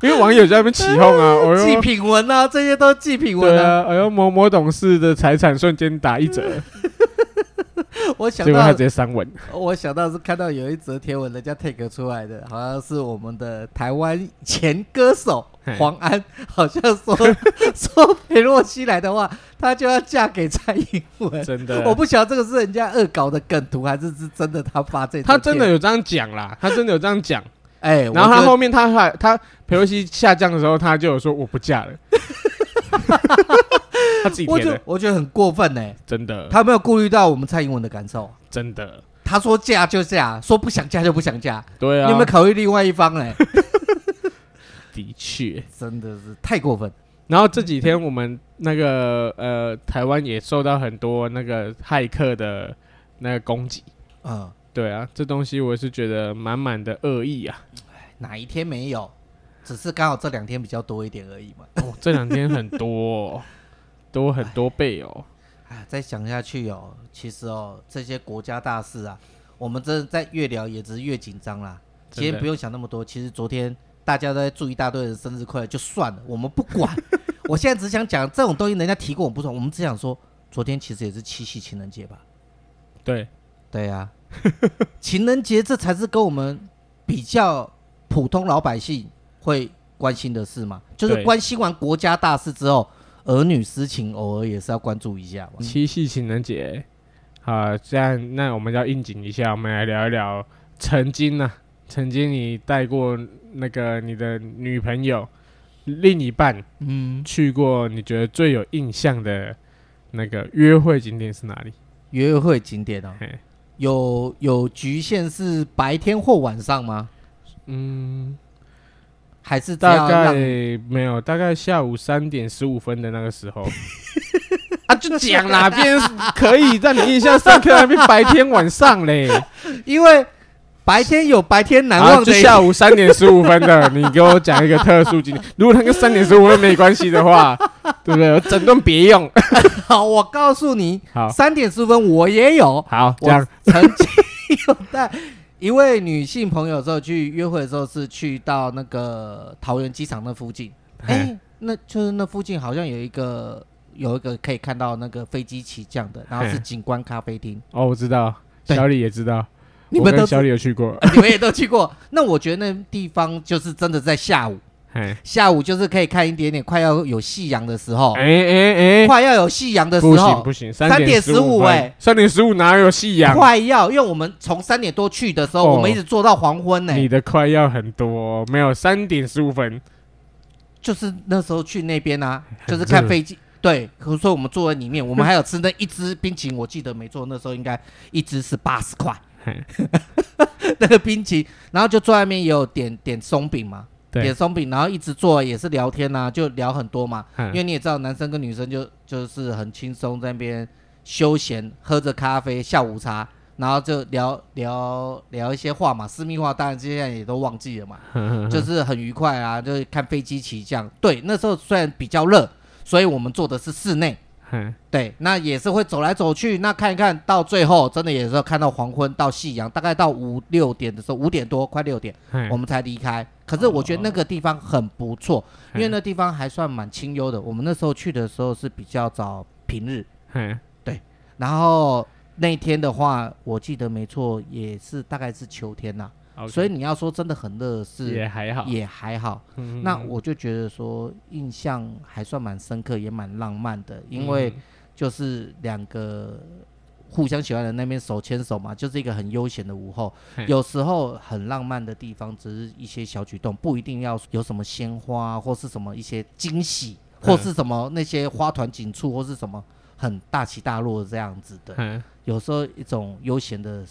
Speaker 1: 因为网友在那边起哄啊，我
Speaker 2: 祭
Speaker 1: 又
Speaker 2: 品文啊，这些都祭品文
Speaker 1: 对啊，哎呦某某董事的财产瞬间打一折，
Speaker 2: 我
Speaker 1: 啊
Speaker 2: 想
Speaker 1: 结果他
Speaker 2: 到
Speaker 1: 直接删文。
Speaker 2: 我想到是看到有一则贴文，人家 take 出来的，好像是我们的台湾前歌手
Speaker 1: 嘿
Speaker 2: 黄安，好像说 说裴洛西来的话，她就要嫁给蔡英文。
Speaker 1: 真的，
Speaker 2: 我不晓得这个是人家恶搞的梗图，还是是真的他发这。
Speaker 1: 他真的，有这样讲啦，他真的有这样讲。
Speaker 2: 哎、
Speaker 1: 然后
Speaker 2: 我
Speaker 1: 他
Speaker 2: 就
Speaker 1: 后面他还他裴洛西下降的时候，他就有说我不嫁 了，他自己
Speaker 2: 我
Speaker 1: 填
Speaker 2: 觉
Speaker 1: 的，
Speaker 2: 得
Speaker 1: 嗯
Speaker 2: 我觉得很过分呢、
Speaker 1: 真的，
Speaker 2: 他没有顾虑到我们蔡英文的感受。
Speaker 1: 真的，
Speaker 2: 他说嫁就嫁，说不想嫁就不想嫁，
Speaker 1: 对
Speaker 2: 你
Speaker 1: 啊，
Speaker 2: 有没有考虑另外一方、哎，
Speaker 1: 的确。
Speaker 2: 真的是太过分。
Speaker 1: 然后这几天我们那个呃台湾也受到很多那个骇客的那个攻击，
Speaker 2: 嗯，
Speaker 1: 对啊，这东西我是觉得满满的恶意啊。
Speaker 2: 哪一天没有？只是刚好这两天比较多一点而已嘛。
Speaker 1: 哦，这两天很多、哦，多很多倍哦。
Speaker 2: 啊，再想下去哦，其实哦，这些国家大事啊，我们真的在越聊也只是越紧张啦。今
Speaker 1: 真的
Speaker 2: 天不用想那么多，其实昨天大家都在祝一大堆人生日快乐，就算了，我们不 管。我现在只想讲这种东西，人家提过我们不爽，我们只想说，昨天其实也是七夕情人节吧？
Speaker 1: 对，
Speaker 2: 对呀、 啊，情人节这才是跟我们比较普通老百姓会关心的事嘛，就是
Speaker 1: 对
Speaker 2: 关心完国家大事之后，儿女私情偶尔也是要关注一下嘛。
Speaker 1: 七夕情人节，好，这样那我们要应景一下，我们来聊一聊曾经呢、曾经你带过那个你的女朋友、另一半
Speaker 2: 嗯，
Speaker 1: 去过，你觉得最有印象的那个约会景点是哪里？
Speaker 2: 约会景点哦，
Speaker 1: 嘿，
Speaker 2: 有有局限是白天或晚上吗？
Speaker 1: 嗯，
Speaker 2: 还是只要
Speaker 1: 大概
Speaker 2: 让
Speaker 1: 没有，大概下午三点十五分的那个时候 啊，就讲啦，边可以让你印象深刻，那边白天晚上嘞。
Speaker 2: 因为白天有白天难
Speaker 1: 然后
Speaker 2: 忘
Speaker 1: 啊就
Speaker 2: 的一
Speaker 1: 下午三点十五分的， 你给我讲一个特殊经历。如果那个三点十五分没关系的话， 对不对？我整顿别用。
Speaker 2: 好，我告诉你，
Speaker 1: 好
Speaker 2: 三点十分我也有，
Speaker 1: 好，这
Speaker 2: 我
Speaker 1: 样
Speaker 2: 曾经 有带一位女性朋友之后去约会的时候，是去到那个桃园机场那附近，哎、
Speaker 1: 嘿
Speaker 2: 那就是那附近好像有一个有一个可以看到那个飞机起降的，然后是
Speaker 1: 嘿
Speaker 2: 景观咖啡厅，
Speaker 1: 哦，我知道，
Speaker 2: 对
Speaker 1: 小李也知道，
Speaker 2: 你
Speaker 1: 我
Speaker 2: 们
Speaker 1: 跟
Speaker 2: 都
Speaker 1: 小李有去 过。
Speaker 2: 你们也都去过。那我觉得那地方就是真的在下午，
Speaker 1: 哎
Speaker 2: 下午就是可以看一点点快要有夕阳的时候，
Speaker 1: 哎哎哎，
Speaker 2: 快要有夕阳的时
Speaker 1: 不行
Speaker 2: 候
Speaker 1: 不，行，
Speaker 2: 3
Speaker 1: 点
Speaker 2: 点
Speaker 1: 五
Speaker 2: 15哎，
Speaker 1: 三点十五哪有夕阳？啊
Speaker 2: 快要，因为我们从三点多去的时候，
Speaker 1: 哦
Speaker 2: 我们一直坐到黄昏呢、
Speaker 1: 你的快要很多，没有三点十五分，
Speaker 2: 就是那时候去那边啊，
Speaker 1: 很
Speaker 2: 就是看
Speaker 1: 热
Speaker 2: 飞机。对，可是我们坐在里面，我们还有吃那一只冰淇淋，我记得没错，那时候应该一只是八十块
Speaker 1: 嘿，
Speaker 2: 那个冰淇淋，然后就坐在那边也有点点松饼嘛，点
Speaker 1: 对，
Speaker 2: 松饼，然后一直坐也是聊天啊，就聊很多嘛，
Speaker 1: 嗯
Speaker 2: 因为你也知道，男生跟女生就就是很轻松在那边休闲，喝着咖啡、下午茶，然后就聊聊聊一些话嘛，私密话，当然现在也都忘记了嘛，
Speaker 1: 嗯
Speaker 2: 就是很愉快啊，就是看飞机起降。对，那时候虽然比较热，所以我们坐的是室内。
Speaker 1: 嗯
Speaker 2: 对，那也是会走来走去，那看一看到最后，真的也是看到黄昏到夕阳，大概到五六点的时候，五点多快六点，
Speaker 1: 嗯
Speaker 2: 我们才离开。可是我觉得那个地方很不错，因为那地方还
Speaker 1: 嗯
Speaker 2: 算蛮清幽的。我们那时候去的时候是比较早平日，
Speaker 1: 嗯
Speaker 2: 然后那天的话，我记得没错，也是大概是秋天呐、
Speaker 1: OK，
Speaker 2: 所以你要说真的很热是
Speaker 1: 也还好。
Speaker 2: 也还好。
Speaker 1: 嗯
Speaker 2: 那我就觉得说印象还算蛮深刻，也蛮浪漫的，因为
Speaker 1: 嗯
Speaker 2: 就是两个互相喜欢的那边手牵手嘛，就是一个很悠闲的午后
Speaker 1: 嘿。
Speaker 2: 有时候很浪漫的地方，只是一些小举动，不一定要有什么鲜花啊或是什么一些惊喜，
Speaker 1: 嗯
Speaker 2: 或是什么那些花团锦簇，或是什么很大起大落这样子的。
Speaker 1: 嗯
Speaker 2: 有时候一种悠闲的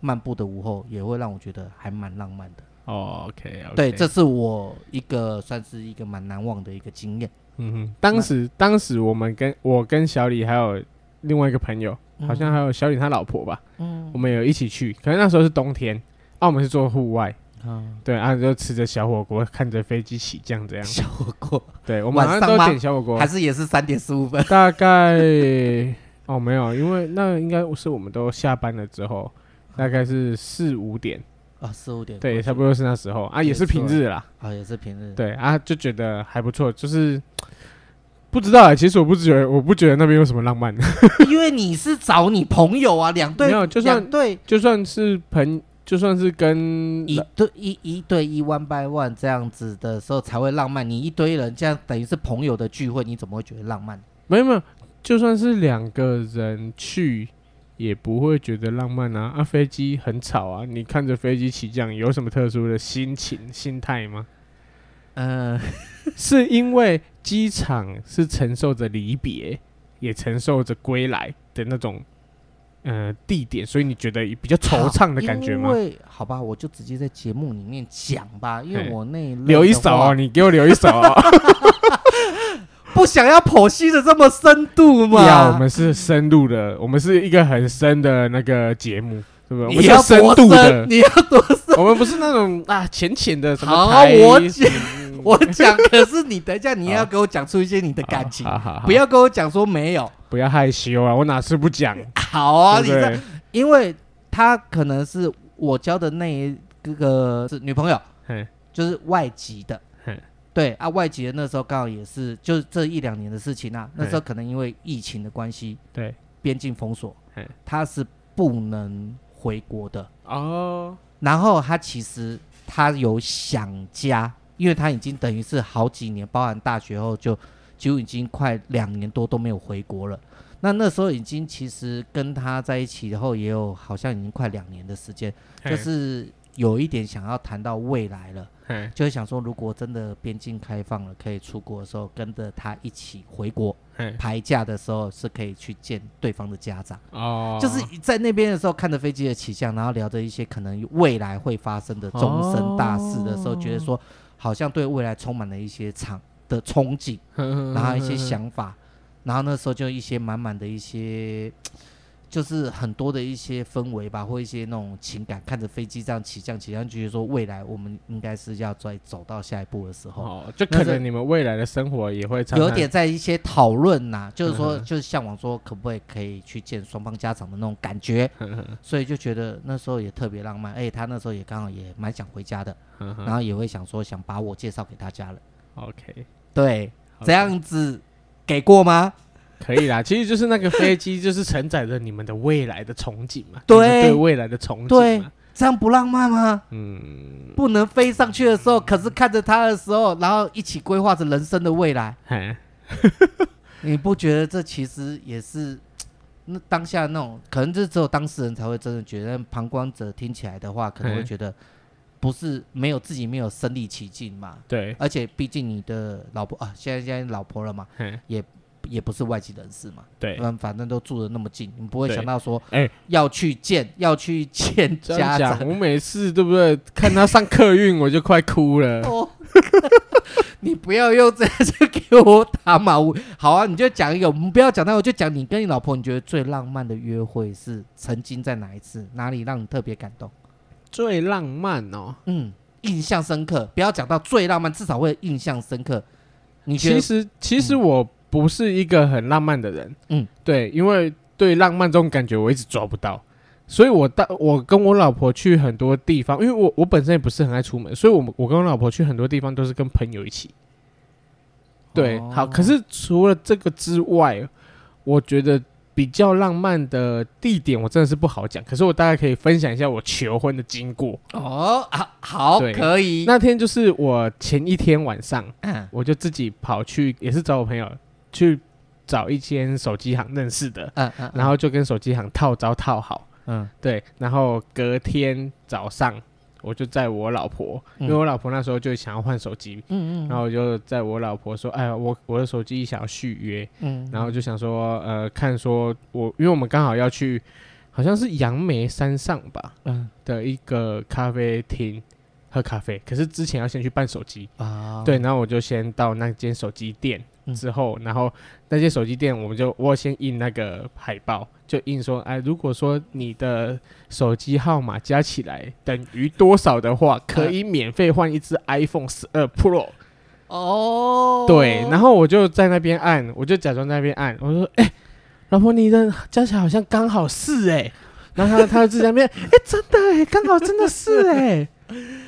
Speaker 2: 漫步的午后，也会让我觉得还蛮浪漫的。
Speaker 1: 哦，OK，
Speaker 2: 对，这是我一个算是一个蛮难忘的一个经验。
Speaker 1: 嗯哼，当时当时我们跟我跟小李还有另外一个朋友，好 像还有小李他老婆吧，
Speaker 2: 嗯
Speaker 1: 啊我们有一起去，可是那时候是冬天，澳门是做户外，
Speaker 2: 嗯，
Speaker 1: 对啊，就吃着小火锅，看着飞机起降这样。
Speaker 2: 小 火锅
Speaker 1: 对，我们好
Speaker 2: 晚
Speaker 1: 像
Speaker 2: 上
Speaker 1: 都
Speaker 2: 吗
Speaker 1: 点小火锅
Speaker 2: 还，是也是三点十五分。
Speaker 1: 大概哦没有，因为那应该是我们都下班了之后，大概是四五哦点，
Speaker 2: 啊，四五点
Speaker 1: 对，差不
Speaker 2: 多
Speaker 1: 多是那时候啊，也是
Speaker 2: 没错
Speaker 1: 平日啦，
Speaker 2: 啊，也是平日。
Speaker 1: 对啊，就觉得还不错，就是不知道啊，其实我不觉得，我不觉得那边有什么浪漫，
Speaker 2: 因为你是找你朋友啊，两对
Speaker 1: 没有就算
Speaker 2: 两对
Speaker 1: 就算是朋，就算是跟
Speaker 2: 一对一一对一 one by one 这样子的时候才会浪漫。你一堆人这样等于是朋友的聚会，你怎么会觉得浪漫？
Speaker 1: 没有没有，就算是两个人去，也不会觉得浪漫啊。啊，飞机很吵啊，你看着飞机起降，有什么特殊的心情心态吗？呃
Speaker 2: 嗯、
Speaker 1: 是因为机场是承受着离别，也承受着归来的那种。呃，地点，所以你觉得比较惆怅的感觉吗
Speaker 2: 哦因？为好吧，我就直接在节目里面讲吧，因为
Speaker 1: 嘿
Speaker 2: 我那一类
Speaker 1: 留一
Speaker 2: 的
Speaker 1: 手
Speaker 2: 话
Speaker 1: 哦，你给我留一手哦。
Speaker 2: 不想要剖析的这么深度嘛。
Speaker 1: 呀，我们是深入的，我们是一个很深的那个节目，是不是？我们
Speaker 2: 你
Speaker 1: 是
Speaker 2: 要
Speaker 1: 深
Speaker 2: 多
Speaker 1: 度的
Speaker 2: 深，你要多 深？
Speaker 1: 我们不是那种啊浅浅的什么
Speaker 2: 好
Speaker 1: 台，嗯
Speaker 2: 我讲我讲，可是你等一下，你也要
Speaker 1: 好
Speaker 2: 给我讲出一些你的感情，
Speaker 1: 好好好
Speaker 2: 不要跟我讲说没有。
Speaker 1: 不要害羞啊！我哪次不讲？
Speaker 2: 好啊，
Speaker 1: 对
Speaker 2: 你
Speaker 1: 不对
Speaker 2: 这，因为他可能是我交的那一个呃是女朋友，
Speaker 1: 嘿
Speaker 2: 就是外籍的
Speaker 1: 嘿。
Speaker 2: 对啊，外籍的那时候刚好也是，就是这一两年的事情啊。那时候可能因为疫情的关系，
Speaker 1: 对
Speaker 2: 边境封锁
Speaker 1: 嘿，
Speaker 2: 他是不能回国的。
Speaker 1: 哦，
Speaker 2: 然后他其实他有想家，因为他已经等于是好几年，包含大学后就就已经快两年多都没有回国了。那那时候已经其实跟他在一起以后也有好像已经快两年的时间，就是有一点想要谈到未来了，
Speaker 1: 嘿
Speaker 2: 就是想说如果真的边境开放了，可以出国的时候跟着他一起回国，
Speaker 1: 嘿
Speaker 2: 排假的时候是可以去见对方的家长。
Speaker 1: 哦，
Speaker 2: 就是在那边的时候看着飞机的起降，然后聊着一些可能未来会发生的终身大事的时候，
Speaker 1: 哦
Speaker 2: 觉得说好像对未来充满了一些场的憧憬，然
Speaker 1: 然
Speaker 2: 后一 些想
Speaker 1: 嗯
Speaker 2: 法，然后那时候就一些满满的一些。就是很多的一些氛围吧，或一些那种情感，看着飞机这样起降起降，觉得说未来我们应该是要再走到下一步的时候，
Speaker 1: 哦，就可
Speaker 2: 那是
Speaker 1: 能你们未来的生活也会常常
Speaker 2: 有点在一些讨论呐，就是
Speaker 1: 嗯
Speaker 2: 说
Speaker 1: 哼
Speaker 2: 就是向往说可不可以可以去见双方家长的那种 感觉，
Speaker 1: 哼嗯哼
Speaker 2: 所以就觉得那时候也特别浪漫，而且他那时候也刚好也蛮想回家的，
Speaker 1: 嗯哼
Speaker 2: 然
Speaker 1: 哼
Speaker 2: 后也会想说想把我介绍给他家人，
Speaker 1: OK，
Speaker 2: 对，
Speaker 1: 好
Speaker 2: 这样子给过吗？
Speaker 1: 可以啦。其实就是那个飞机，就是承载着你们的未来的憧憬嘛，
Speaker 2: 对
Speaker 1: 就是对未来的憧
Speaker 2: 对
Speaker 1: 憬嘛。
Speaker 2: 这样不浪漫吗？
Speaker 1: 嗯，
Speaker 2: 不能飞上去的时候，可是看着他的时候，然后一起规划着人生的未来，
Speaker 1: 嘿，
Speaker 2: 你不觉得这其实也是那当下那种，可能就只有当事人才会真的觉得，旁观者听起来的话，可能会
Speaker 1: 嗯
Speaker 2: 觉得不是没有自己没有身临其境嘛，
Speaker 1: 对，
Speaker 2: 而且毕竟你的老婆啊，现在现在老婆了嘛，
Speaker 1: 嘿，
Speaker 2: 也不是外籍人士嘛，
Speaker 1: 对，
Speaker 2: 嗯，反正都住的那么近，你不会
Speaker 1: 对
Speaker 2: 想到说，
Speaker 1: 哎
Speaker 2: 要去见要去见
Speaker 1: 这样
Speaker 2: 家长
Speaker 1: 讲，我每次对不对？看他上客运，我就快哭了。
Speaker 2: 哦。 你不要用这样就给我打马虎。好啊，你就讲一个，我们不要讲那个，就讲你跟你老婆，你觉得最浪漫的约会是曾经在哪一次，哪里让你特别感动？
Speaker 1: 最浪漫哦。
Speaker 2: 嗯，印象深刻。不要讲到最浪漫，至少会印象深刻。你觉
Speaker 1: 其
Speaker 2: 得？
Speaker 1: 实其实我不是一个很浪漫的人，
Speaker 2: 嗯
Speaker 1: 嗯，对，因为对浪漫这种感觉我一直抓不到，所以我到我跟我老婆去很多地方，因为我我本身也不是很爱出门，所以我们我跟我老婆去很多地方都是跟朋友一起。对，
Speaker 2: 哦
Speaker 1: 好，可是除了这个之外，我觉得比较浪漫的地点我真的是不好讲，可是我大概可以分享一下我求婚的经过。
Speaker 2: 哦，啊，好，
Speaker 1: 对
Speaker 2: 可以。
Speaker 1: 那天就是我前一天晚上，
Speaker 2: 嗯
Speaker 1: 我就自己跑去，也是找我朋友去找一间手机行认识的，
Speaker 2: 嗯嗯，
Speaker 1: 然后就跟手机行套招套好，
Speaker 2: 嗯
Speaker 1: 对，然后隔天早上我就载我老婆，
Speaker 2: 嗯
Speaker 1: 因为我老婆那时候就想要换手机，
Speaker 2: 嗯嗯，
Speaker 1: 然后我就载我老婆说，哎呀，我我的手机想要续约，
Speaker 2: 嗯，
Speaker 1: 然后就想说，呃，看说我，因为我们刚好要去，好像是杨梅山上吧
Speaker 2: 嗯
Speaker 1: 的一个咖啡厅喝咖啡，可是之前要先去办手机，
Speaker 2: 啊，
Speaker 1: 对，然后我就先到那间手机店，之后，然后那些手机店我们就我有先印那个海报，就印说，哎，如果说你的手机号码加起来等于多少的话，可以免费换一只 iPhone 十二 Pro。
Speaker 2: 哦，
Speaker 1: 对，然后我就在那边按，我就假装在那边按，我说：“哎、老婆，你的加起来好像刚好是哎、然后他他就在那边：“哎、真的哎、刚好真的是哎、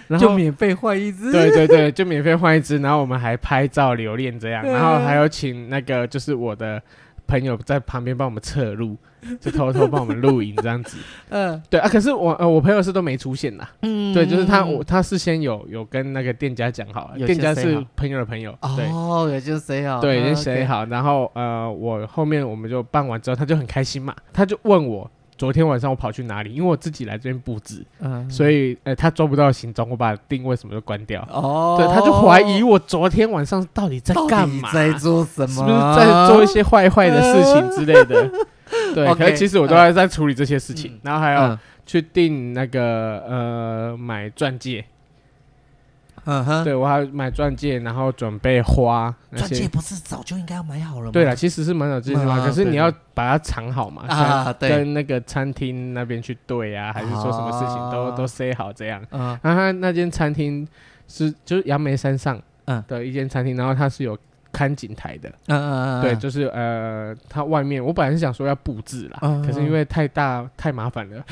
Speaker 1: 然
Speaker 2: 就
Speaker 1: 后
Speaker 2: 免费换一 只，
Speaker 1: 对对对，就免费换一只，然后我们还拍照留念这样，然后还有请那个就是我的朋友在旁边帮我们侧录，就偷偷帮我们录影这样子。
Speaker 2: 嗯
Speaker 1: 对啊，可是我呃我朋友是都没出现啦，
Speaker 2: 嗯
Speaker 1: 对，就是他我他事先有有跟那个店家讲好了，
Speaker 2: 有
Speaker 1: 店家
Speaker 2: 先 say
Speaker 1: 是
Speaker 2: 好
Speaker 1: 朋友的朋友，对。
Speaker 2: 哦，有就谁好，
Speaker 1: 对，已经
Speaker 2: 嗯
Speaker 1: 写
Speaker 2: OK
Speaker 1: 好，然后呃，我后面我们就办完之后，他就很开心嘛，他就问我昨天晚上我跑去哪里，因为我自己来这边布置，
Speaker 2: 嗯，
Speaker 1: 所以呃他抓不到行踪，我把定位什么都关掉，
Speaker 2: 哦，
Speaker 1: 对，他就怀疑我昨天晚上到底在
Speaker 2: 到底
Speaker 1: 干嘛，
Speaker 2: 在做什么，
Speaker 1: 是不是在做一些坏坏的事情之类的。 对，
Speaker 2: OK，
Speaker 1: 可是其实我都在在处理这些事情
Speaker 2: 嗯，
Speaker 1: 然后还有
Speaker 2: 嗯
Speaker 1: 去订那个呃买钻戒，
Speaker 2: 嗯哼，
Speaker 1: 对我还有买钻戒，然后准备花那
Speaker 2: 钻
Speaker 1: 些
Speaker 2: 戒嗯不是早就应该要买好了吗？
Speaker 1: 对了，其实是蛮有自信嘛，
Speaker 2: 嗯啊
Speaker 1: 可是你
Speaker 2: 对
Speaker 1: 要把它藏好嘛，
Speaker 2: 啊
Speaker 1: 像
Speaker 2: 对
Speaker 1: 跟那个餐厅那边去对啊，还是说什么事情都
Speaker 2: 啊
Speaker 1: 都 say 好这样。
Speaker 2: 嗯，
Speaker 1: 然后他啊那间餐厅是就是杨梅山上
Speaker 2: 嗯
Speaker 1: 的一间餐厅，然后它是有看景台的，
Speaker 2: 嗯嗯嗯，
Speaker 1: 对，就是呃，它外面我本来是想说要布置啦，
Speaker 2: 嗯
Speaker 1: 可是因为太大太麻烦了，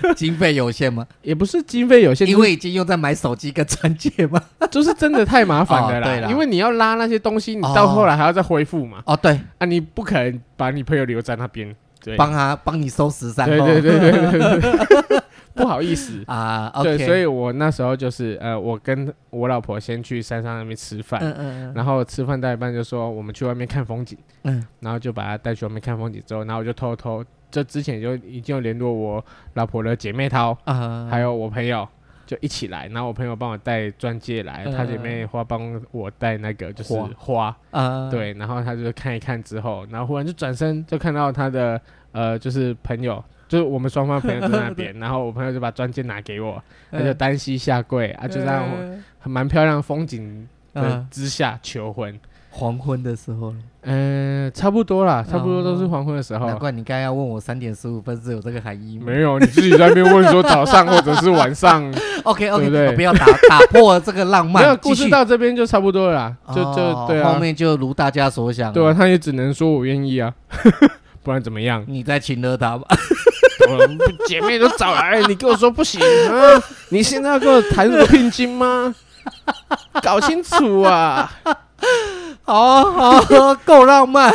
Speaker 2: 就经费有限嘛，
Speaker 1: 也不是经费有限，
Speaker 2: 因
Speaker 1: 就是
Speaker 2: 为已经用在买手机跟钻戒嘛。
Speaker 1: 就是真的太麻烦了
Speaker 2: 哦对
Speaker 1: 啦，
Speaker 2: 啦
Speaker 1: 因为你要拉那些东西，你
Speaker 2: 哦
Speaker 1: 到后来还要再恢复嘛，
Speaker 2: 哦，对，
Speaker 1: 啊，你不可能把你朋友留在那边，对，
Speaker 2: 帮他帮你收拾善
Speaker 1: 对
Speaker 2: 后。
Speaker 1: 对对对对对对， 不好意思。
Speaker 2: 啊
Speaker 1: 对，
Speaker 2: ，OK，
Speaker 1: 所以我那时候就是呃，我跟我老婆先去山上那边吃饭，
Speaker 2: 嗯嗯嗯
Speaker 1: 然后吃饭到一半就说我们去外面看风景，
Speaker 2: 嗯
Speaker 1: 然后就把她带去外面看风景之后，然后我就偷偷，这之前就已经有联络我老婆的姐妹淘，
Speaker 2: 啊，
Speaker 1: 还有我朋友。就一起来，然后我朋友帮我带钻戒来，
Speaker 2: 嗯
Speaker 1: 她姐妹花帮我带那个就是
Speaker 2: 花
Speaker 1: 花，
Speaker 2: 啊，
Speaker 1: 对，然后他就看一看之后，然后忽然就转身就看到他的呃，就是朋友，就是我们双方朋友在那 边，然后我朋友就把钻戒拿给我，他就
Speaker 2: 嗯
Speaker 1: 单膝下跪啊，就让我
Speaker 2: 嗯
Speaker 1: 很蛮漂亮的风景的
Speaker 2: 嗯
Speaker 1: 之下求婚。
Speaker 2: 黄昏的时候了，
Speaker 1: 嗯、差不多啦，差不多都是黄昏的时候。
Speaker 2: 哦难怪你刚才要问我三点十五分是有这个含义吗？
Speaker 1: 哦没有，你自己在那边问说早上或者是晚 上，
Speaker 2: OK
Speaker 1: 对
Speaker 2: OK，
Speaker 1: 不对
Speaker 2: 不要打打破这个浪
Speaker 1: 没有
Speaker 2: 漫，
Speaker 1: 故
Speaker 2: 继
Speaker 1: 事
Speaker 2: 续
Speaker 1: 到这边就差不多了啦，就
Speaker 2: 哦
Speaker 1: 就对
Speaker 2: 后
Speaker 1: 啊，
Speaker 2: 面就如大家所想，
Speaker 1: 对啊，，他也只能说我愿意啊， 不然怎么 样？
Speaker 2: 你在请了他吧，
Speaker 1: 我们姐妹都找来，你跟我说不行啊？你现在要跟我谈什么聘金吗？ 搞清楚啊！
Speaker 2: 好哦好够浪漫，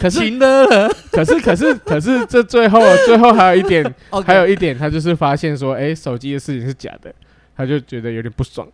Speaker 1: 可是，
Speaker 2: 请了了
Speaker 1: 可是，可是，可是，这最后，啊最后还有一 点，
Speaker 2: ，OK，
Speaker 1: 还有一点，他就是发现说，哎、手机的事情是假的，他就觉得有点不爽。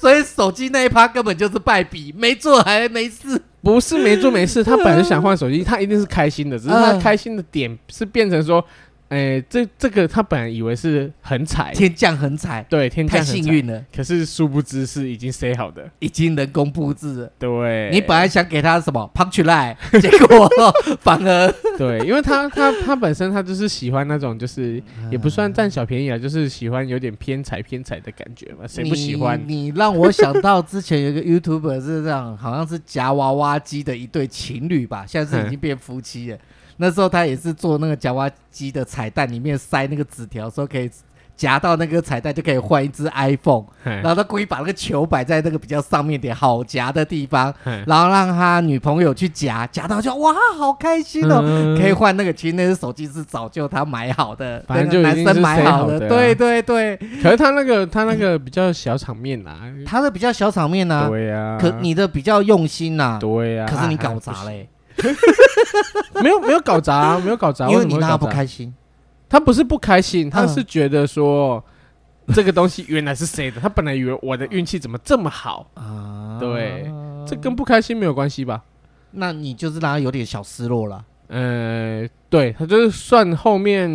Speaker 2: 所以手机那一趴根本就是败笔，没做还没事。
Speaker 1: 不是没做没 事，他本来就想换手机，他一定是开心的，只是他
Speaker 2: 嗯
Speaker 1: 开心的点是变成说，哎、这这个他本来以为是横财，
Speaker 2: 天降横财，
Speaker 1: 对，哎天降
Speaker 2: 太
Speaker 1: 横财
Speaker 2: 幸，运了，
Speaker 1: 可是殊不知是已经 say 好的，
Speaker 2: 已经人工布置了。
Speaker 1: 对，
Speaker 2: 你本来想给他什么 punch line，结果 反而
Speaker 1: 对，因为他他他本身他就是喜欢那种，就是
Speaker 2: 嗯
Speaker 1: 也不算占小便宜啊，就是喜欢有点偏财偏财的感觉嘛，谁不喜欢？
Speaker 2: 你？你让我想到之前有一个 YouTuber 是这样，好像是夹娃娃机的一对情侣吧，现在是已经变夫妻了。那时候他也是做那个夹娃娃机的彩蛋，里面塞那个纸条，说可以夹到那个彩蛋就可以换一只 iPhone，
Speaker 1: 嘿
Speaker 2: 然后他故意把那个球摆在那个比较上面点好夹的地方，
Speaker 1: 嘿
Speaker 2: 然后让他女朋友去夹，夹到就哇，好开心哦。
Speaker 1: 嗯
Speaker 2: 可以换那个，其实那只手机是早就他买好的，
Speaker 1: 反正
Speaker 2: 那个
Speaker 1: 就已
Speaker 2: 男
Speaker 1: 经
Speaker 2: 生
Speaker 1: 是
Speaker 2: 买
Speaker 1: set
Speaker 2: 好
Speaker 1: 好
Speaker 2: 的，
Speaker 1: 的啊
Speaker 2: 对对对，
Speaker 1: 可是他那个他那个比较小场面啦，
Speaker 2: 他的比较小场面呢、
Speaker 1: 对呀，
Speaker 2: 可你的比较用心呐、
Speaker 1: 啊对呀，
Speaker 2: 可是你
Speaker 1: 啊
Speaker 2: 搞砸，嘞、
Speaker 1: 不 行没有没有搞砸啊，没有搞砸，
Speaker 2: 因为
Speaker 1: 什么
Speaker 2: 你
Speaker 1: 会
Speaker 2: 让他
Speaker 1: 搞
Speaker 2: 不
Speaker 1: 砸，啊
Speaker 2: 开心。
Speaker 1: 他不是不开心，他
Speaker 2: 嗯
Speaker 1: 是觉得说。这个东西原来是谁的？他本来以为我的运气怎么这么好，
Speaker 2: 啊，
Speaker 1: 对，这跟不开心没有关系吧？
Speaker 2: 那你就是让他有点小失落了。
Speaker 1: 呃，对他就是算后面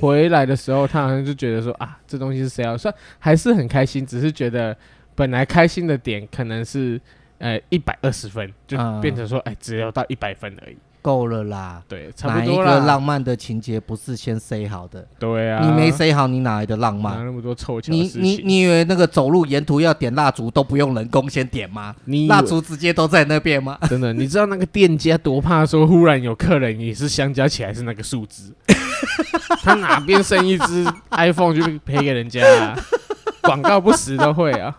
Speaker 1: 回来的时候，他好像就觉得说啊，这东西是谁要算，还是很开心，只是觉得本来开心的点可能是呃一百二十分，就
Speaker 2: 啊
Speaker 1: 变成说哎、只有到一百分而已。
Speaker 2: 够了啦。
Speaker 1: 对，差
Speaker 2: 哪
Speaker 1: 不
Speaker 2: 一
Speaker 1: 多
Speaker 2: 个
Speaker 1: 啦。
Speaker 2: 浪漫的情节不是先 say 好的？
Speaker 1: 对啊，
Speaker 2: 你没 say 好，你哪来的浪
Speaker 1: 哪
Speaker 2: 漫？
Speaker 1: 那么多凑巧的
Speaker 2: 你
Speaker 1: 事
Speaker 2: 你
Speaker 1: 情？
Speaker 2: 你以为那个走路沿途要点蜡烛都不用人工先点吗？
Speaker 1: 你以
Speaker 2: 蜡
Speaker 1: 为
Speaker 2: 烛直接都在那边吗？
Speaker 1: 真的，你知道那个店家多怕说忽然有客人也是相加起来是那个数 字，他哪边剩一只 iPhone 就赔给人家、啊，广告不实都会 啊，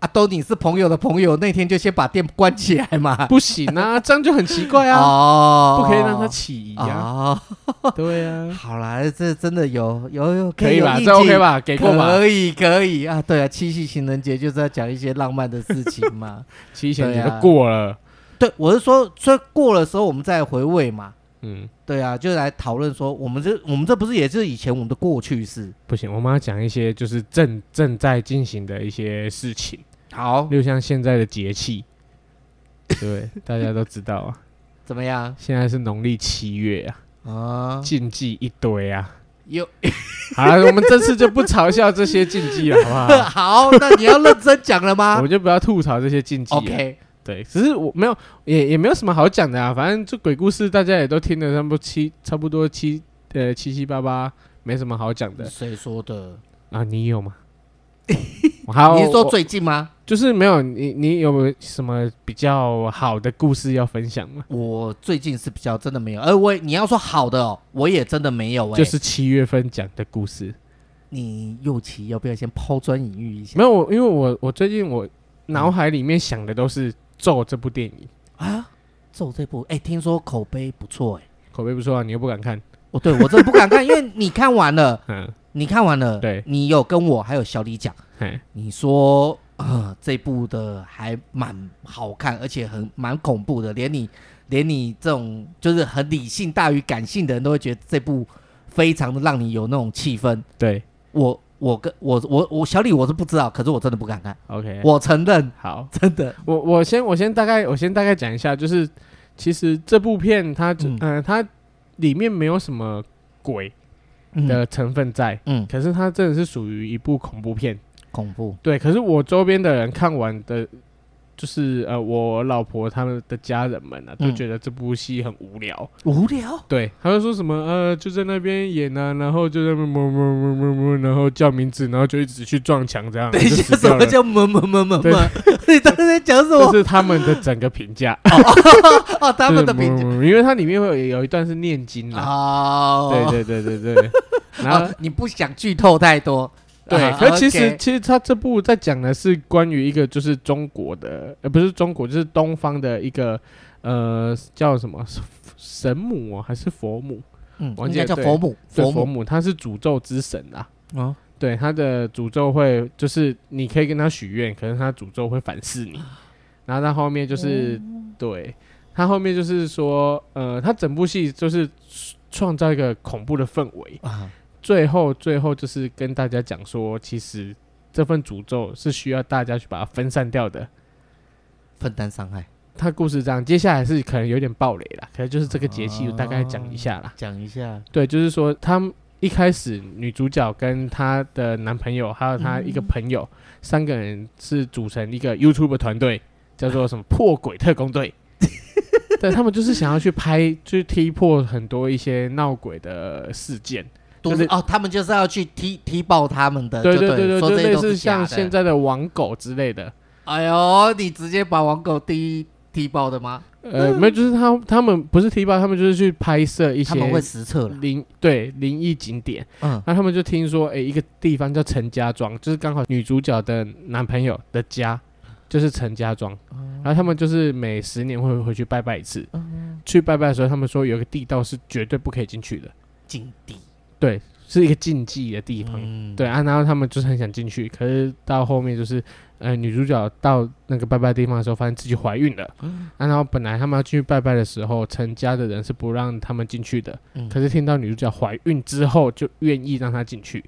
Speaker 2: 啊，都你是朋友的朋友，那天就先把店关起来嘛。
Speaker 1: 不行啊，这样就很奇怪啊，
Speaker 2: 哦，
Speaker 1: 不可以让他起疑啊，
Speaker 2: 哦，
Speaker 1: 对啊，
Speaker 2: 好啦，这真的有有有
Speaker 1: 可以吧？
Speaker 2: 有
Speaker 1: 这
Speaker 2: 意
Speaker 1: OK
Speaker 2: 境？
Speaker 1: 吧？给过吧？
Speaker 2: 可以可以啊，对啊，七夕情人节就是要讲一些浪漫的事情 嘛。
Speaker 1: 七情节
Speaker 2: 对
Speaker 1: 都
Speaker 2: 啊
Speaker 1: 过了，
Speaker 2: 对，我是说，所以过的时候我们再回味嘛。
Speaker 1: 嗯，
Speaker 2: 对啊，就来讨论说，我们这我们这不是也是以前我们的过去式？
Speaker 1: 不行，我们要讲一些就是正正在进行的一些事情，
Speaker 2: 好，
Speaker 1: 例如像现在的节气，对，大家都知道啊，
Speaker 2: 怎么样
Speaker 1: 现在是农历七月啊。
Speaker 2: 啊？
Speaker 1: 禁忌一堆啊！
Speaker 2: 有
Speaker 1: 好了，我们这次就不嘲笑这些禁忌了，好不
Speaker 2: 好，那你要认真讲
Speaker 1: 好？我
Speaker 2: 了吗
Speaker 1: 们就不要吐槽这些禁忌了。
Speaker 2: ？OK，
Speaker 1: 对，只是我没有，也也没有什么好讲的啊。反正这鬼故事大家也都听得差不多七，差不多七呃七七八八，没什么好讲的
Speaker 2: 谁说的？
Speaker 1: 啊。你有 吗？好，
Speaker 2: 你是说
Speaker 1: 我
Speaker 2: 最近吗？
Speaker 1: 就是没有你，你有什么比较好的故事要分享吗？
Speaker 2: 我最近是比较真的没有，而我也你要说好的哦，我也真的没有哎、
Speaker 1: 就是七月份讲的故事，
Speaker 2: 你右奇要不要先抛砖引玉一下
Speaker 1: 没有我，因为我我最近我
Speaker 2: 嗯
Speaker 1: 脑海里面想的都是《咒》这部电影。
Speaker 2: 啊？咒这部哎、听说口碑不错哎、
Speaker 1: 口碑不错啊，你又不敢 看，
Speaker 2: 哦，对我真的不敢看，因为你看完了，
Speaker 1: 嗯，
Speaker 2: 你看完了，
Speaker 1: 对
Speaker 2: 你有跟我还有小李讲，
Speaker 1: 嘿，
Speaker 2: 你说呃这部的还蛮好看，而且很蛮恐怖的，连你连你这种就是很理性大于感性的人都会觉得这部非常的让你有那种气氛。
Speaker 1: 对
Speaker 2: 我我跟我我我小李我是不知道，可是我真的不敢看，
Speaker 1: ，OK，
Speaker 2: 我承认
Speaker 1: 好，
Speaker 2: 真的
Speaker 1: 我我先我先大概我先大概讲一下，就是其实这部片它
Speaker 2: 嗯
Speaker 1: 呃它里面没有什么鬼的成分在，
Speaker 2: 嗯嗯
Speaker 1: 可是它真的是属于一部恐怖片，
Speaker 2: 恐怖
Speaker 1: 对，可是我周边的人看完的。就是呃，我老婆他们的家人们啊，都
Speaker 2: 嗯
Speaker 1: 觉得这部戏很无聊。
Speaker 2: 无聊，
Speaker 1: 对，他就说什么呃，就在那边演啊，然后就在那边摸摸摸摸摸，然后叫名字，然后就一直去撞墙，这样。
Speaker 2: 等一
Speaker 1: 就死
Speaker 2: 下什
Speaker 1: 掉
Speaker 2: 么
Speaker 1: 了
Speaker 2: 叫 么么么么
Speaker 1: 对
Speaker 2: 么？你到底在讲什
Speaker 1: 这
Speaker 2: 么？
Speaker 1: 是他们的整个评价，
Speaker 2: 哦， 他们的评价
Speaker 1: 就是嗯因为它里面会有有一段是念经啦，
Speaker 2: 哦，
Speaker 1: 啊对对对对对，然后
Speaker 2: 哦，你不想剧透太多，
Speaker 1: 对，
Speaker 2: 啊
Speaker 1: 可其实
Speaker 2: OK
Speaker 1: 其实他这部在讲的是关于一个就是中国的，呃，不是中国，就是东方的一个呃叫什么神母哦，还是佛母？
Speaker 2: 嗯，
Speaker 1: 王
Speaker 2: 应
Speaker 1: 姐
Speaker 2: 该叫
Speaker 1: 对
Speaker 2: 佛母，
Speaker 1: 对
Speaker 2: 佛
Speaker 1: 佛
Speaker 2: 母
Speaker 1: 母，她是诅咒之神啊。
Speaker 2: 啊，
Speaker 1: 对，他的诅咒会就是你可以跟他许愿，可是他诅咒会反噬你。然后他后面就是、对他后面就是说，呃，他整部戏就是创造一个恐怖的氛围。
Speaker 2: 啊
Speaker 1: 最后，最后就是跟大家讲说，其实这份诅咒是需要大家去把它分散掉的。
Speaker 2: 分担伤害，
Speaker 1: 他故事这样，接下来是可能有点暴雷啦，可能就是这个节气我大概讲一下啦。
Speaker 2: 讲一下，
Speaker 1: 对，就是说他们一开始女主角跟她的男朋友还有她一个
Speaker 2: 嗯
Speaker 1: 朋友、三个人是组成一个 YouTube 团队，叫做什么破鬼特工队。 对，他们就是想要去拍，去踢破很多一些闹鬼的事件。
Speaker 2: 都
Speaker 1: 就是
Speaker 2: 是哦，他们就是要去踢踢爆他们的，
Speaker 1: 对
Speaker 2: 呃就
Speaker 1: 对对，
Speaker 2: 说
Speaker 1: 就
Speaker 2: 这些
Speaker 1: 类
Speaker 2: 都
Speaker 1: 似
Speaker 2: 是假
Speaker 1: 像
Speaker 2: 的
Speaker 1: 现，在的网狗之类的。
Speaker 2: 哎呦，你直接把网狗踢踢爆的吗？
Speaker 1: 呃，没有，就是他他们不是踢爆，他们就是去拍摄一
Speaker 2: 嗯他们会
Speaker 1: 些
Speaker 2: 实测了，
Speaker 1: 灵对灵异景点。
Speaker 2: 嗯
Speaker 1: 那他们就听说，哎、一个地方叫陈家庄，就是刚好女主角的男朋友的家，就是陈家庄。
Speaker 2: 哦
Speaker 1: 然后他们就是每十年会回去拜拜一次。去拜拜的时候，他们说有一个地道是绝对不可以进去的，
Speaker 2: 禁地，
Speaker 1: 对，是一个禁忌的地方。
Speaker 2: 嗯，
Speaker 1: 对啊，然后他们就是很想进去，可是到后面就是，呃，女主角到那个拜拜的地方的时候，发现自己怀孕了。
Speaker 2: 嗯
Speaker 1: 啊、然后本来他们要去拜拜的时候，陈家的人是不让他们进去的，
Speaker 2: 嗯
Speaker 1: 可是听到女主角怀孕之后，就愿意让她进去。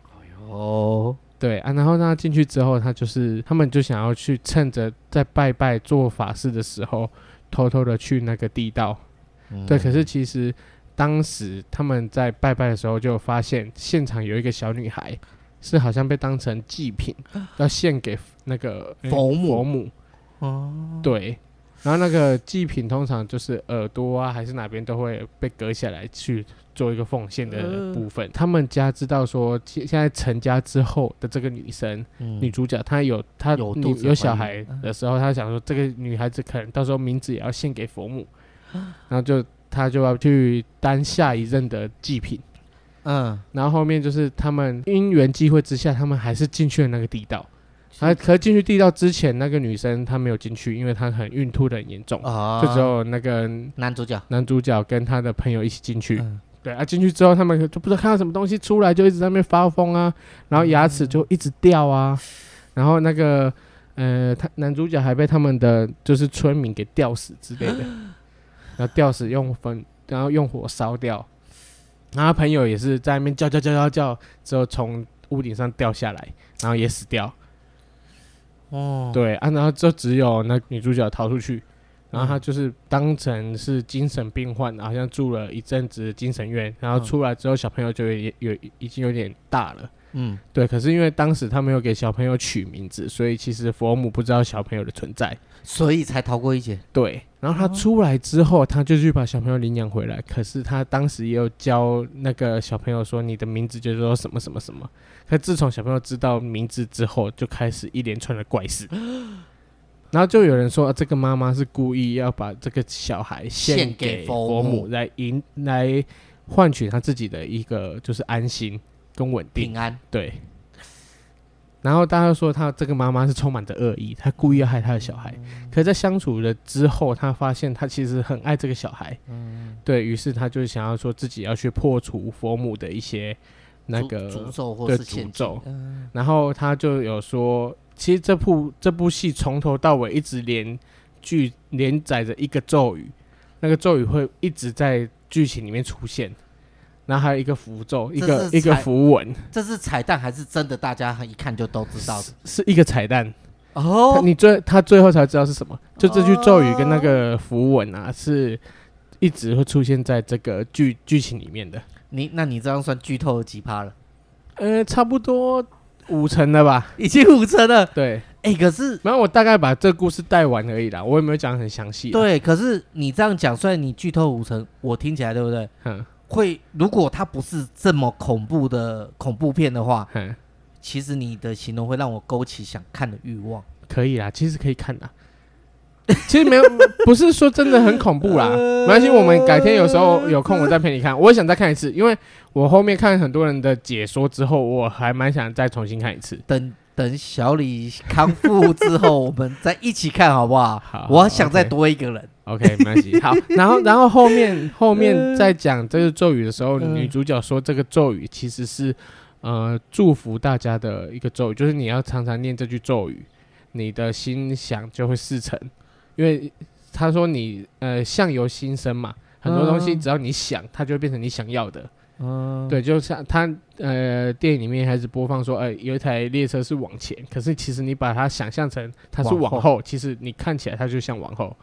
Speaker 2: 哦，
Speaker 1: 对啊，然后让他进去之后，他就是他们就想要去趁着在拜拜做法事的时候，偷偷的去那个地道。对，可是其实当时他们在拜拜的时候，就有发现现场有一个小女孩是好像被当成祭品，要献给那个
Speaker 2: 哎佛母
Speaker 1: 佛母。
Speaker 2: 哦，
Speaker 1: 对，然后那个祭品通常就是耳朵啊，还是哪边都会被割下来去做一个奉献的
Speaker 2: 呃
Speaker 1: 部分。他们家知道说，现现在成家之后的这个女生，女
Speaker 2: 嗯，
Speaker 1: 主角她有她
Speaker 2: 有
Speaker 1: 女
Speaker 2: 肚子
Speaker 1: 有小
Speaker 2: 怀
Speaker 1: 孩
Speaker 2: 孕嗯
Speaker 1: 的时候，她想说这个女孩子可能到时候名字也要献给佛母，
Speaker 2: 啊
Speaker 1: 然后就她就要去当下一任的祭品。
Speaker 2: 嗯，
Speaker 1: 然后后面就是他们因缘际会之下，他们还是进去了那个地道。啊，可是进去地道之前，那个女生她没有进去，因为她很孕吐的很严重，
Speaker 2: 啊，
Speaker 1: 就只有那个
Speaker 2: 男主角
Speaker 1: 男主角跟他的朋友一起进去。
Speaker 2: 嗯
Speaker 1: 对啊，进去之后他们就不知道看到什么东西出来，就一直在那边发疯啊，然后牙齿就一直掉啊，然后那个呃，他男主角还被他们的就是村民给吊死之类的，然后吊死用焚，然后用火烧掉，然后他朋友也是在那边叫叫叫叫叫，之后从屋顶上掉下来，然后也死掉。
Speaker 2: 哦，
Speaker 1: 对啊，然后就只有那女主角逃出去，然后她就是当成是精神病患，好像住了一阵子精神院，然后出来之后小朋友就也有已经有点大了。
Speaker 2: 嗯，
Speaker 1: 对，可是因为当时他没有给小朋友取名字，所以其实佛母不知道小朋友的存在。
Speaker 2: 所以才逃过一劫。
Speaker 1: 对，然后他
Speaker 2: 哦
Speaker 1: 出来之后，他就去把小朋友领养回来。可是他当时也有教那个小朋友说，你的名字就是说什么什么什么。可自从小朋友知道名字之后，就开始一连串的怪 事。然后就有人说，啊这个妈妈是故意要把这个小孩
Speaker 2: 献给
Speaker 1: 给
Speaker 2: 佛
Speaker 1: 佛母，
Speaker 2: 母
Speaker 1: 来赢来换取他自己的一个就是安心跟稳定。
Speaker 2: 平安，
Speaker 1: 对。然后大家都说他这个妈妈是充满着恶意，她故意要害他的小孩。
Speaker 2: 嗯
Speaker 1: 可是在相处了之后，她发现她其实很爱这个小孩，
Speaker 2: 嗯
Speaker 1: 对于是她就想要说自己要去破除佛母的一些那
Speaker 2: 诅
Speaker 1: 个
Speaker 2: 诅咒或
Speaker 1: 对
Speaker 2: 是
Speaker 1: 诅
Speaker 2: 陷
Speaker 1: 咒
Speaker 2: 阱，嗯
Speaker 1: 然后他就有说，其实这部这部戏从头到尾一直连剧连载着一个咒语，那个咒语会一直在剧情里面出现，然后还有一个符咒，一个
Speaker 2: 这是
Speaker 1: 一个
Speaker 2: 彩
Speaker 1: 符文，
Speaker 2: 这是彩蛋还是真的？大家一看就都知道的
Speaker 1: 是一个彩蛋。他
Speaker 2: 哦。
Speaker 1: 你最他最后才知道是什么，就这句咒语跟那个符文啊，是一直会出现在这个剧剧情里面的。
Speaker 2: 你那你这样算剧透了几趴了？
Speaker 1: 呃，差不多五成了吧？
Speaker 2: 已经五 成了。
Speaker 1: 对，
Speaker 2: 哎，可是
Speaker 1: 然后我大概把这故事带完而已啦，我也没有讲得很详细。，啊
Speaker 2: 对，可是你这样讲，虽然你剧透五成，我听起来对不对？
Speaker 1: 嗯
Speaker 2: 会，如果它不是这么恐怖的恐怖片的话，
Speaker 1: 嗯，
Speaker 2: 其实你的形容会让我勾起想看的欲望。
Speaker 1: 可以啦，其实可以看啦。 其实没有，不是说真的很恐怖啦，没关系，我们改天有时候有空我再陪你看。我也想再看一次，因为我后面看很多人的解说之后，我还蛮想再重新看一次。
Speaker 2: 等等小李康复之后，我们再一起看好 不好？
Speaker 1: 好
Speaker 2: 我想再
Speaker 1: OK
Speaker 2: 多一个人。
Speaker 1: OK，没关 系。好，然后然后后面后面在讲这个咒语的时候，呃
Speaker 2: 嗯
Speaker 1: 女主角说这个咒语其实是呃祝福大家的一个咒语，就是你要常常念这句咒语，你的心想就会事成。因为她说你呃相由心生嘛，很多东西
Speaker 2: 嗯
Speaker 1: 只要你想，它就会变成你想要的。
Speaker 2: 嗯，
Speaker 1: 对，就像他呃电影里面还是播放说，哎、有一台列车是往前，可是其实你把它想象成它是
Speaker 2: 往
Speaker 1: 往
Speaker 2: 后
Speaker 1: 后，其实你看起来它就像往后。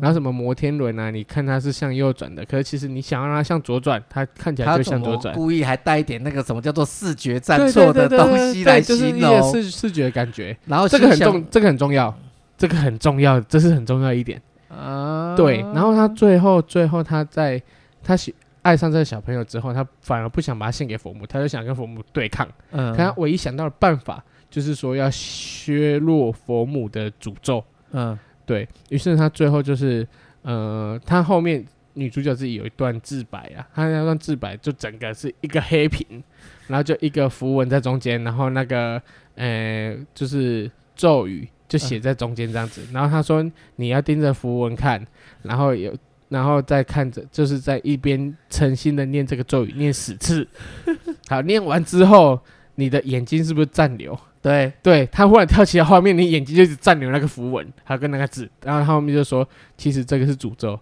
Speaker 1: 然后什么摩天轮啊，你看它是向右转的，可是其实你想要让它向左转，它看起来
Speaker 2: 他
Speaker 1: 就
Speaker 2: 怎
Speaker 1: 向左
Speaker 2: 么
Speaker 1: 转。
Speaker 2: 故意还带一点那个什么叫做视觉
Speaker 1: 对
Speaker 2: 站
Speaker 1: 对
Speaker 2: 错的
Speaker 1: 对对
Speaker 2: 东
Speaker 1: 对
Speaker 2: 西
Speaker 1: 对
Speaker 2: 来
Speaker 1: 就是
Speaker 2: 形
Speaker 1: 一些
Speaker 2: 容，
Speaker 1: 视视觉的感觉，
Speaker 2: 然后
Speaker 1: 这个很
Speaker 2: 心想
Speaker 1: 重，这个很重要，这个很重要，这是很重要一点。
Speaker 2: 啊
Speaker 1: 对，然后他最后最后他在他喜爱上这个小朋友之后，他反而不想把他献给佛母，他就想跟佛母对抗。
Speaker 2: 嗯
Speaker 1: 可他唯一想到的办法就是说要削弱佛母的诅咒。
Speaker 2: 嗯
Speaker 1: 对于是，他最后就是呃，他后面女主角自己有一段自白啊，她那段自白就整个是一个黑屏，然后就一个符文在中间，然后那个呃就是咒语就写在中间这样子。然后他说你要盯着符文看，然后有。然后再看着，就是在一边诚心的念这个咒语，念十次。 好，念完之后，你的眼睛是不是暂留？
Speaker 2: 对，
Speaker 1: 对他忽然跳起来画面，你眼睛就一直暂留那个符文，还有跟那个字，然后他后面就说，其实这个是诅咒。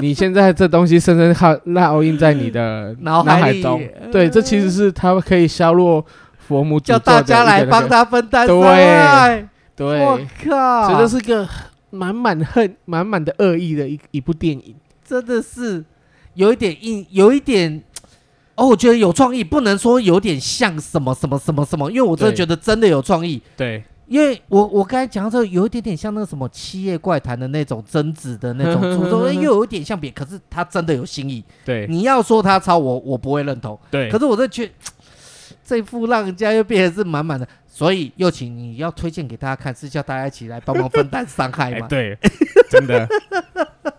Speaker 1: 你现在这东西深深烙烙印在你的
Speaker 2: 脑
Speaker 1: 脑
Speaker 2: 海
Speaker 1: 海
Speaker 2: 里
Speaker 1: 中，对，这其实是他可以削弱佛母诅咒
Speaker 2: 叫
Speaker 1: 的
Speaker 2: 大家来帮
Speaker 1: 他，
Speaker 2: 他分担
Speaker 1: 对
Speaker 2: 伤害，
Speaker 1: 对，
Speaker 2: 我靠，
Speaker 1: 所以这是个满满恨、满满的恶意的一一部电影。
Speaker 2: 真的是有一点硬，有一点。哦，我觉得有创意，不能说有点像什么什么什么什么，因为我真的
Speaker 1: 对
Speaker 2: 觉得真的有创意。
Speaker 1: 对，
Speaker 2: 因为我我刚才讲到这个，有一点点像那个什么《七夜怪谈》的那种贞子的 那种初衷，又有一点像别，可是他真的有新意。
Speaker 1: 对
Speaker 2: 你要说他抄我，我不会认同。
Speaker 1: 对
Speaker 2: 可，是我真的觉得这副让人家又变得是满满的，所以又请你要推荐给大家看，是叫大家一起来帮忙分担伤 害
Speaker 1: 哎
Speaker 2: 吗？
Speaker 1: 对，真的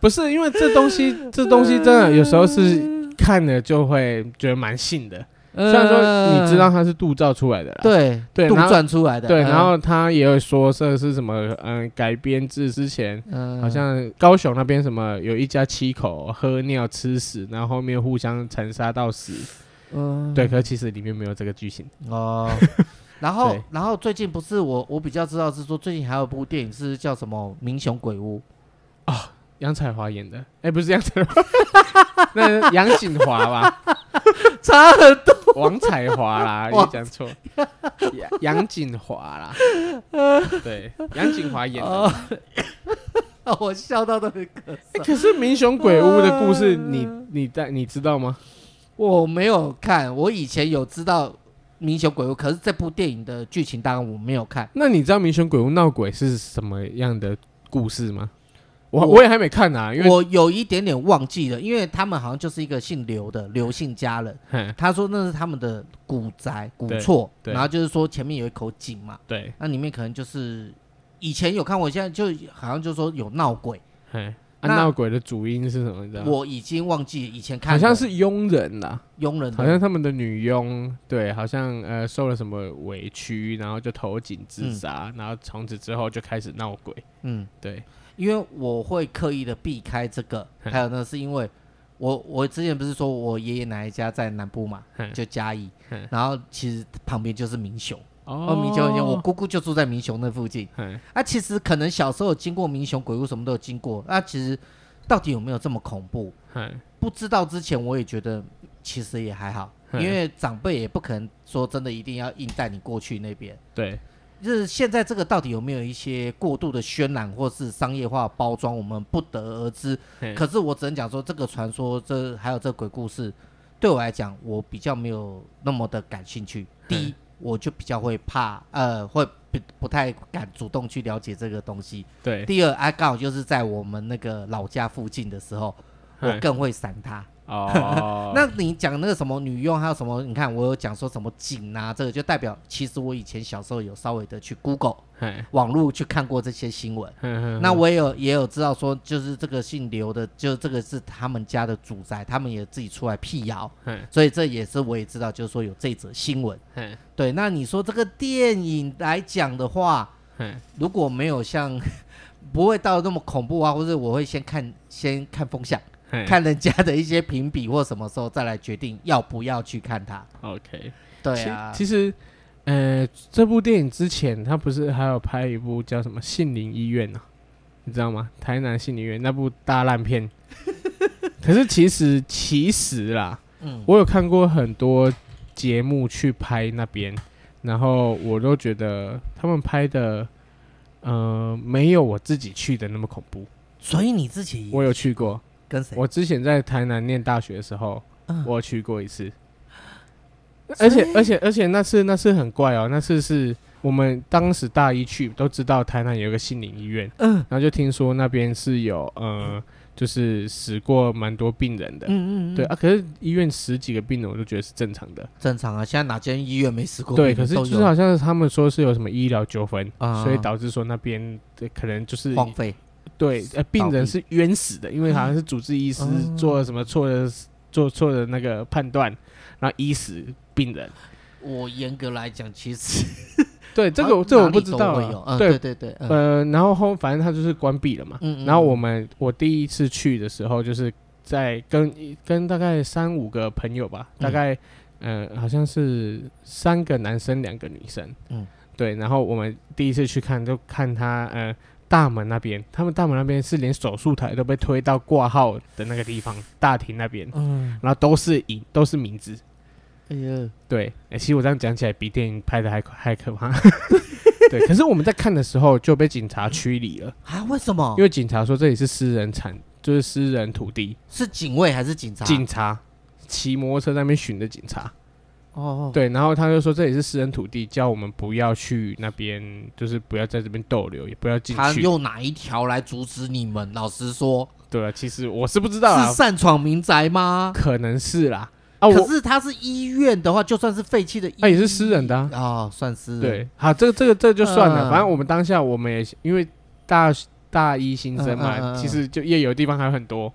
Speaker 1: 不是因为这东西，这东西真的有时候是看了就会觉得蛮信的。
Speaker 2: 虽
Speaker 1: 虽然说你知道它是杜造出来的啦，
Speaker 2: 呃嗯对
Speaker 1: 对
Speaker 2: 杜
Speaker 1: 然后
Speaker 2: 撰出来的，
Speaker 1: 对，
Speaker 2: 嗯
Speaker 1: 然后他也有说这是什么，嗯，改编自之前
Speaker 2: 嗯
Speaker 1: 好像高雄那边什么有一家七口喝尿吃屎，然后后面互相残杀到死。
Speaker 2: 嗯
Speaker 1: 对，可是其实里面没有这个剧情。
Speaker 2: 哦。然后
Speaker 1: 对，
Speaker 2: 然后最近不是我，我比较知道是说最近还有部电影是叫什么《民雄鬼屋
Speaker 1: 杨彩华演 的，哎，不是杨彩华， 那是杨锦华 吧？》，
Speaker 2: 差很多。
Speaker 1: 王彩华啦，
Speaker 2: 哇
Speaker 1: 你讲错，杨杨锦华 啦。对，杨锦华演的。
Speaker 2: 哦我笑到都很咳
Speaker 1: 哎
Speaker 2: 嗽。
Speaker 1: 可是《民雄鬼屋》的故事，你
Speaker 2: 嗯
Speaker 1: 你在你知道吗？
Speaker 2: 我没有看，我以前有知道《民雄鬼屋》，可是这部电影的剧情当然我没有看。
Speaker 1: 那你知道《民雄鬼屋闹鬼》是什么样的故事吗？我
Speaker 2: 我
Speaker 1: 我也还没看啊，因为
Speaker 2: 我有一点点忘记了，因为他们好像就是一个姓刘的刘姓家人，
Speaker 1: 嘿
Speaker 2: 他说那是他们的古宅古
Speaker 1: 对
Speaker 2: 厝，
Speaker 1: 对
Speaker 2: 然后就是说前面有一口井嘛，
Speaker 1: 对，
Speaker 2: 那里面可能就是以前有看过，现在就好像就说有闹鬼，
Speaker 1: 嘿，啊
Speaker 2: 那
Speaker 1: 闹鬼的主因是什么？你知道吗？
Speaker 2: 我已经忘记以前看
Speaker 1: 啊好
Speaker 2: 的
Speaker 1: 像是佣人啦，
Speaker 2: 佣人的，
Speaker 1: 好像他们的女佣，对，好像呃受了什么委屈，然后就投井自杀，然后从此之后就开始闹鬼，
Speaker 2: 嗯，
Speaker 1: 对，
Speaker 2: 因为我会刻意的避开这个，
Speaker 1: 嗯
Speaker 2: 还有呢是因为我我之前不是说我爷爷奶奶家在南部嘛，
Speaker 1: 嗯
Speaker 2: 就嘉义
Speaker 1: 嗯，
Speaker 2: 然后其实旁边就是民雄，
Speaker 1: 哦
Speaker 2: 哦，民雄以前我，姑姑就住在民雄那附近。
Speaker 1: 嘿，
Speaker 2: 啊，其实可能小时候有经过民雄鬼屋，什么都有经过。那、其实到底有没有这么恐怖？
Speaker 1: 嘿，
Speaker 2: 不知道之前我也觉得其实也还好，因
Speaker 1: 嗯
Speaker 2: 为长辈也不可能说真的一定要硬带你过去那边。
Speaker 1: 对，
Speaker 2: 就是现在这个到底有没有一些过度的渲染或是商业化包装，我们不得而知。
Speaker 1: 嘿
Speaker 2: 可是我只能讲说，这个传说这还有这鬼故事，对我来讲，我比较没有那么的感兴趣。第一，我就比较会怕，呃，会不不太敢主动去了解这个东西。
Speaker 1: 对，
Speaker 2: 第二，啊，刚好就是在我们那个老家附近的时候，我
Speaker 1: 嘿
Speaker 2: 更会闪它。，
Speaker 1: 哦
Speaker 2: 那你讲那个什么女佣，还有什么？你看我有讲说什么井啊，这个就代表其实我以前小时候有稍微的去 Google
Speaker 1: 嘿，
Speaker 2: 网络去看过这些新闻。那
Speaker 1: 那
Speaker 2: 我也有也有知道说，就是这个姓刘的，就这个是他们家的主宅，他们也自己出来辟谣，
Speaker 1: 嘿，
Speaker 2: 所以这也是我也知道，就是说有这则新闻。
Speaker 1: 嘿，
Speaker 2: 对，那你说这个电影来讲的话，
Speaker 1: 嘿，
Speaker 2: 如果没有像不会到那么恐怖啊，或者我会先看先看风向，
Speaker 1: 嘿
Speaker 2: 看人家的一些评比或什么时候再来决定要不要去看它。
Speaker 1: ，OK，
Speaker 2: 对啊，
Speaker 1: 其其实。呃，这部电影之前他不是还有拍一部叫什么《杏林医院》呢、你知道吗？台南杏林医院那部大烂 片。可是其实其实啦，
Speaker 2: 嗯，
Speaker 1: 我有看过很多节目去拍那边，然后我都觉得他们拍的，呃，没有我自己去的那么恐怖。
Speaker 2: 所以你自己
Speaker 1: 我有去过，
Speaker 2: 跟谁？
Speaker 1: 我之前在台南念大学的时候，
Speaker 2: 嗯
Speaker 1: 我有去过一 次。
Speaker 2: 所
Speaker 1: 而且
Speaker 2: 以
Speaker 1: 而且而且那次那次很怪哦，那次是我们当时大一去都知道台南有一个心灵医院，
Speaker 2: 嗯
Speaker 1: 然后就听说那边是有呃，就是死过蛮多病人的，
Speaker 2: 嗯嗯，嗯
Speaker 1: 对，啊，可是医院十几个病人我都觉得是正常的，
Speaker 2: 正常啊。现在哪间医院没死过病
Speaker 1: 对，
Speaker 2: 人？
Speaker 1: 可是
Speaker 2: 都
Speaker 1: 就
Speaker 2: 有
Speaker 1: 是好像是他们说是有什么医疗纠纷，
Speaker 2: 啊
Speaker 1: 所以导致说那边的可能就是
Speaker 2: 荒废。
Speaker 1: 对呃病
Speaker 2: 倒闭
Speaker 1: 人是冤死的，因为好像是主治医师
Speaker 2: 嗯
Speaker 1: 做了什么错的做错的那个判断，然后医死病人。
Speaker 2: 我严格来讲，其实
Speaker 1: 对， 这个我
Speaker 2: 好像
Speaker 1: 这个我
Speaker 2: 哪里
Speaker 1: 不知
Speaker 2: 都
Speaker 1: 道
Speaker 2: 会有
Speaker 1: 啊。
Speaker 2: 嗯，对对对，嗯
Speaker 1: 呃，然后后反正他就是关闭了嘛。
Speaker 2: 嗯嗯
Speaker 1: 然后我们我第一次去的时候，就是在跟跟大概三五个朋友吧，大
Speaker 2: 嗯
Speaker 1: 概、呃好像是三个男生两个女生，
Speaker 2: 嗯
Speaker 1: 嗯，对。然后我们第一次去看，就看他呃大门那边，他们大门那边是连手术台都被推到挂号的那个地方大厅那边，
Speaker 2: 嗯，
Speaker 1: 然后都是影都是名字，
Speaker 2: 哎呀，
Speaker 1: 对，欸其实我这样讲起来比电影拍的还还可怕。 对，可是我们在看的时候就被警察驱离了，
Speaker 2: 啊，为什么
Speaker 1: 因？为警察说这里是私人产，就是私人土地，
Speaker 2: 是警卫还是警察？
Speaker 1: 警察骑摩托车在那边巡的警察，
Speaker 2: 啊哦，
Speaker 1: 对，然后他就说这里是私人土地，叫我们不要去那边，就是不要在这边逗留，也不要进
Speaker 2: 他
Speaker 1: 去。
Speaker 2: 用哪一条来阻止你们？老实说，
Speaker 1: 对啊，其实我是不知道
Speaker 2: 是
Speaker 1: 啊，
Speaker 2: 擅闯民宅吗？
Speaker 1: 可能是啦。啊，我
Speaker 2: 可是他是医院的话，就算是废弃的医，
Speaker 1: 那、也是私人的、啊，
Speaker 2: 哦，算是
Speaker 1: 对，好，这个这个这个就算了，
Speaker 2: 嗯
Speaker 1: 反正我们当下我们也因为大大一新生嘛，
Speaker 2: 嗯嗯嗯嗯
Speaker 1: 其实就夜游的地方还有很多，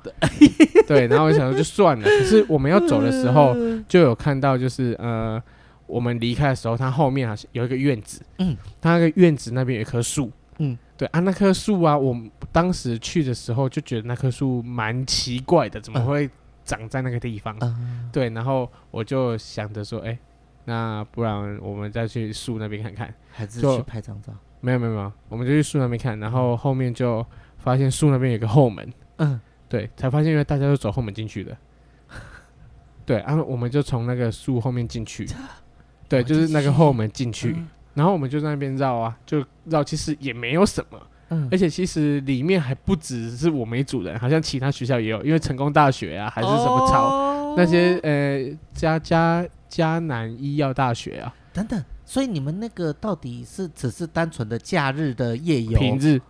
Speaker 1: 对，然后我想说就算了，可是我们要走的时候
Speaker 2: 嗯
Speaker 1: 就有看到就是呃。我们离开的时候，它后面好像有一个院子，
Speaker 2: 嗯，
Speaker 1: 它那个院子那边有一棵树，
Speaker 2: 嗯，
Speaker 1: 对啊，那棵树啊，我们当时去的时候就觉得那棵树蛮奇怪的，怎么
Speaker 2: 嗯
Speaker 1: 会长在那个地方？
Speaker 2: 嗯
Speaker 1: 对，然后我就想着说，哎、那不然我们再去树那边看看。
Speaker 2: 还是
Speaker 1: 就
Speaker 2: 去拍张照。
Speaker 1: 没有没有没有，我们就去树那边看，然后后面就发现树那边有个后门，
Speaker 2: 嗯，
Speaker 1: 对，才发现原来大家都走后门进去 的。对，然、后我们就从那个树后面进 去，对，
Speaker 2: 哦
Speaker 1: 就是那个后门进去，
Speaker 2: 嗯
Speaker 1: 然后我们就在那边绕啊，就绕，其实也没有什么，
Speaker 2: 嗯
Speaker 1: 而且其实里面还不只是我们一组人，好像其他学校也有，因为成功大学啊，还是什么超、
Speaker 2: 哦
Speaker 1: 那些呃加加加南医药大学啊，
Speaker 2: 等等，所以你们那个到底是只是单纯的假日的夜游，
Speaker 1: 平日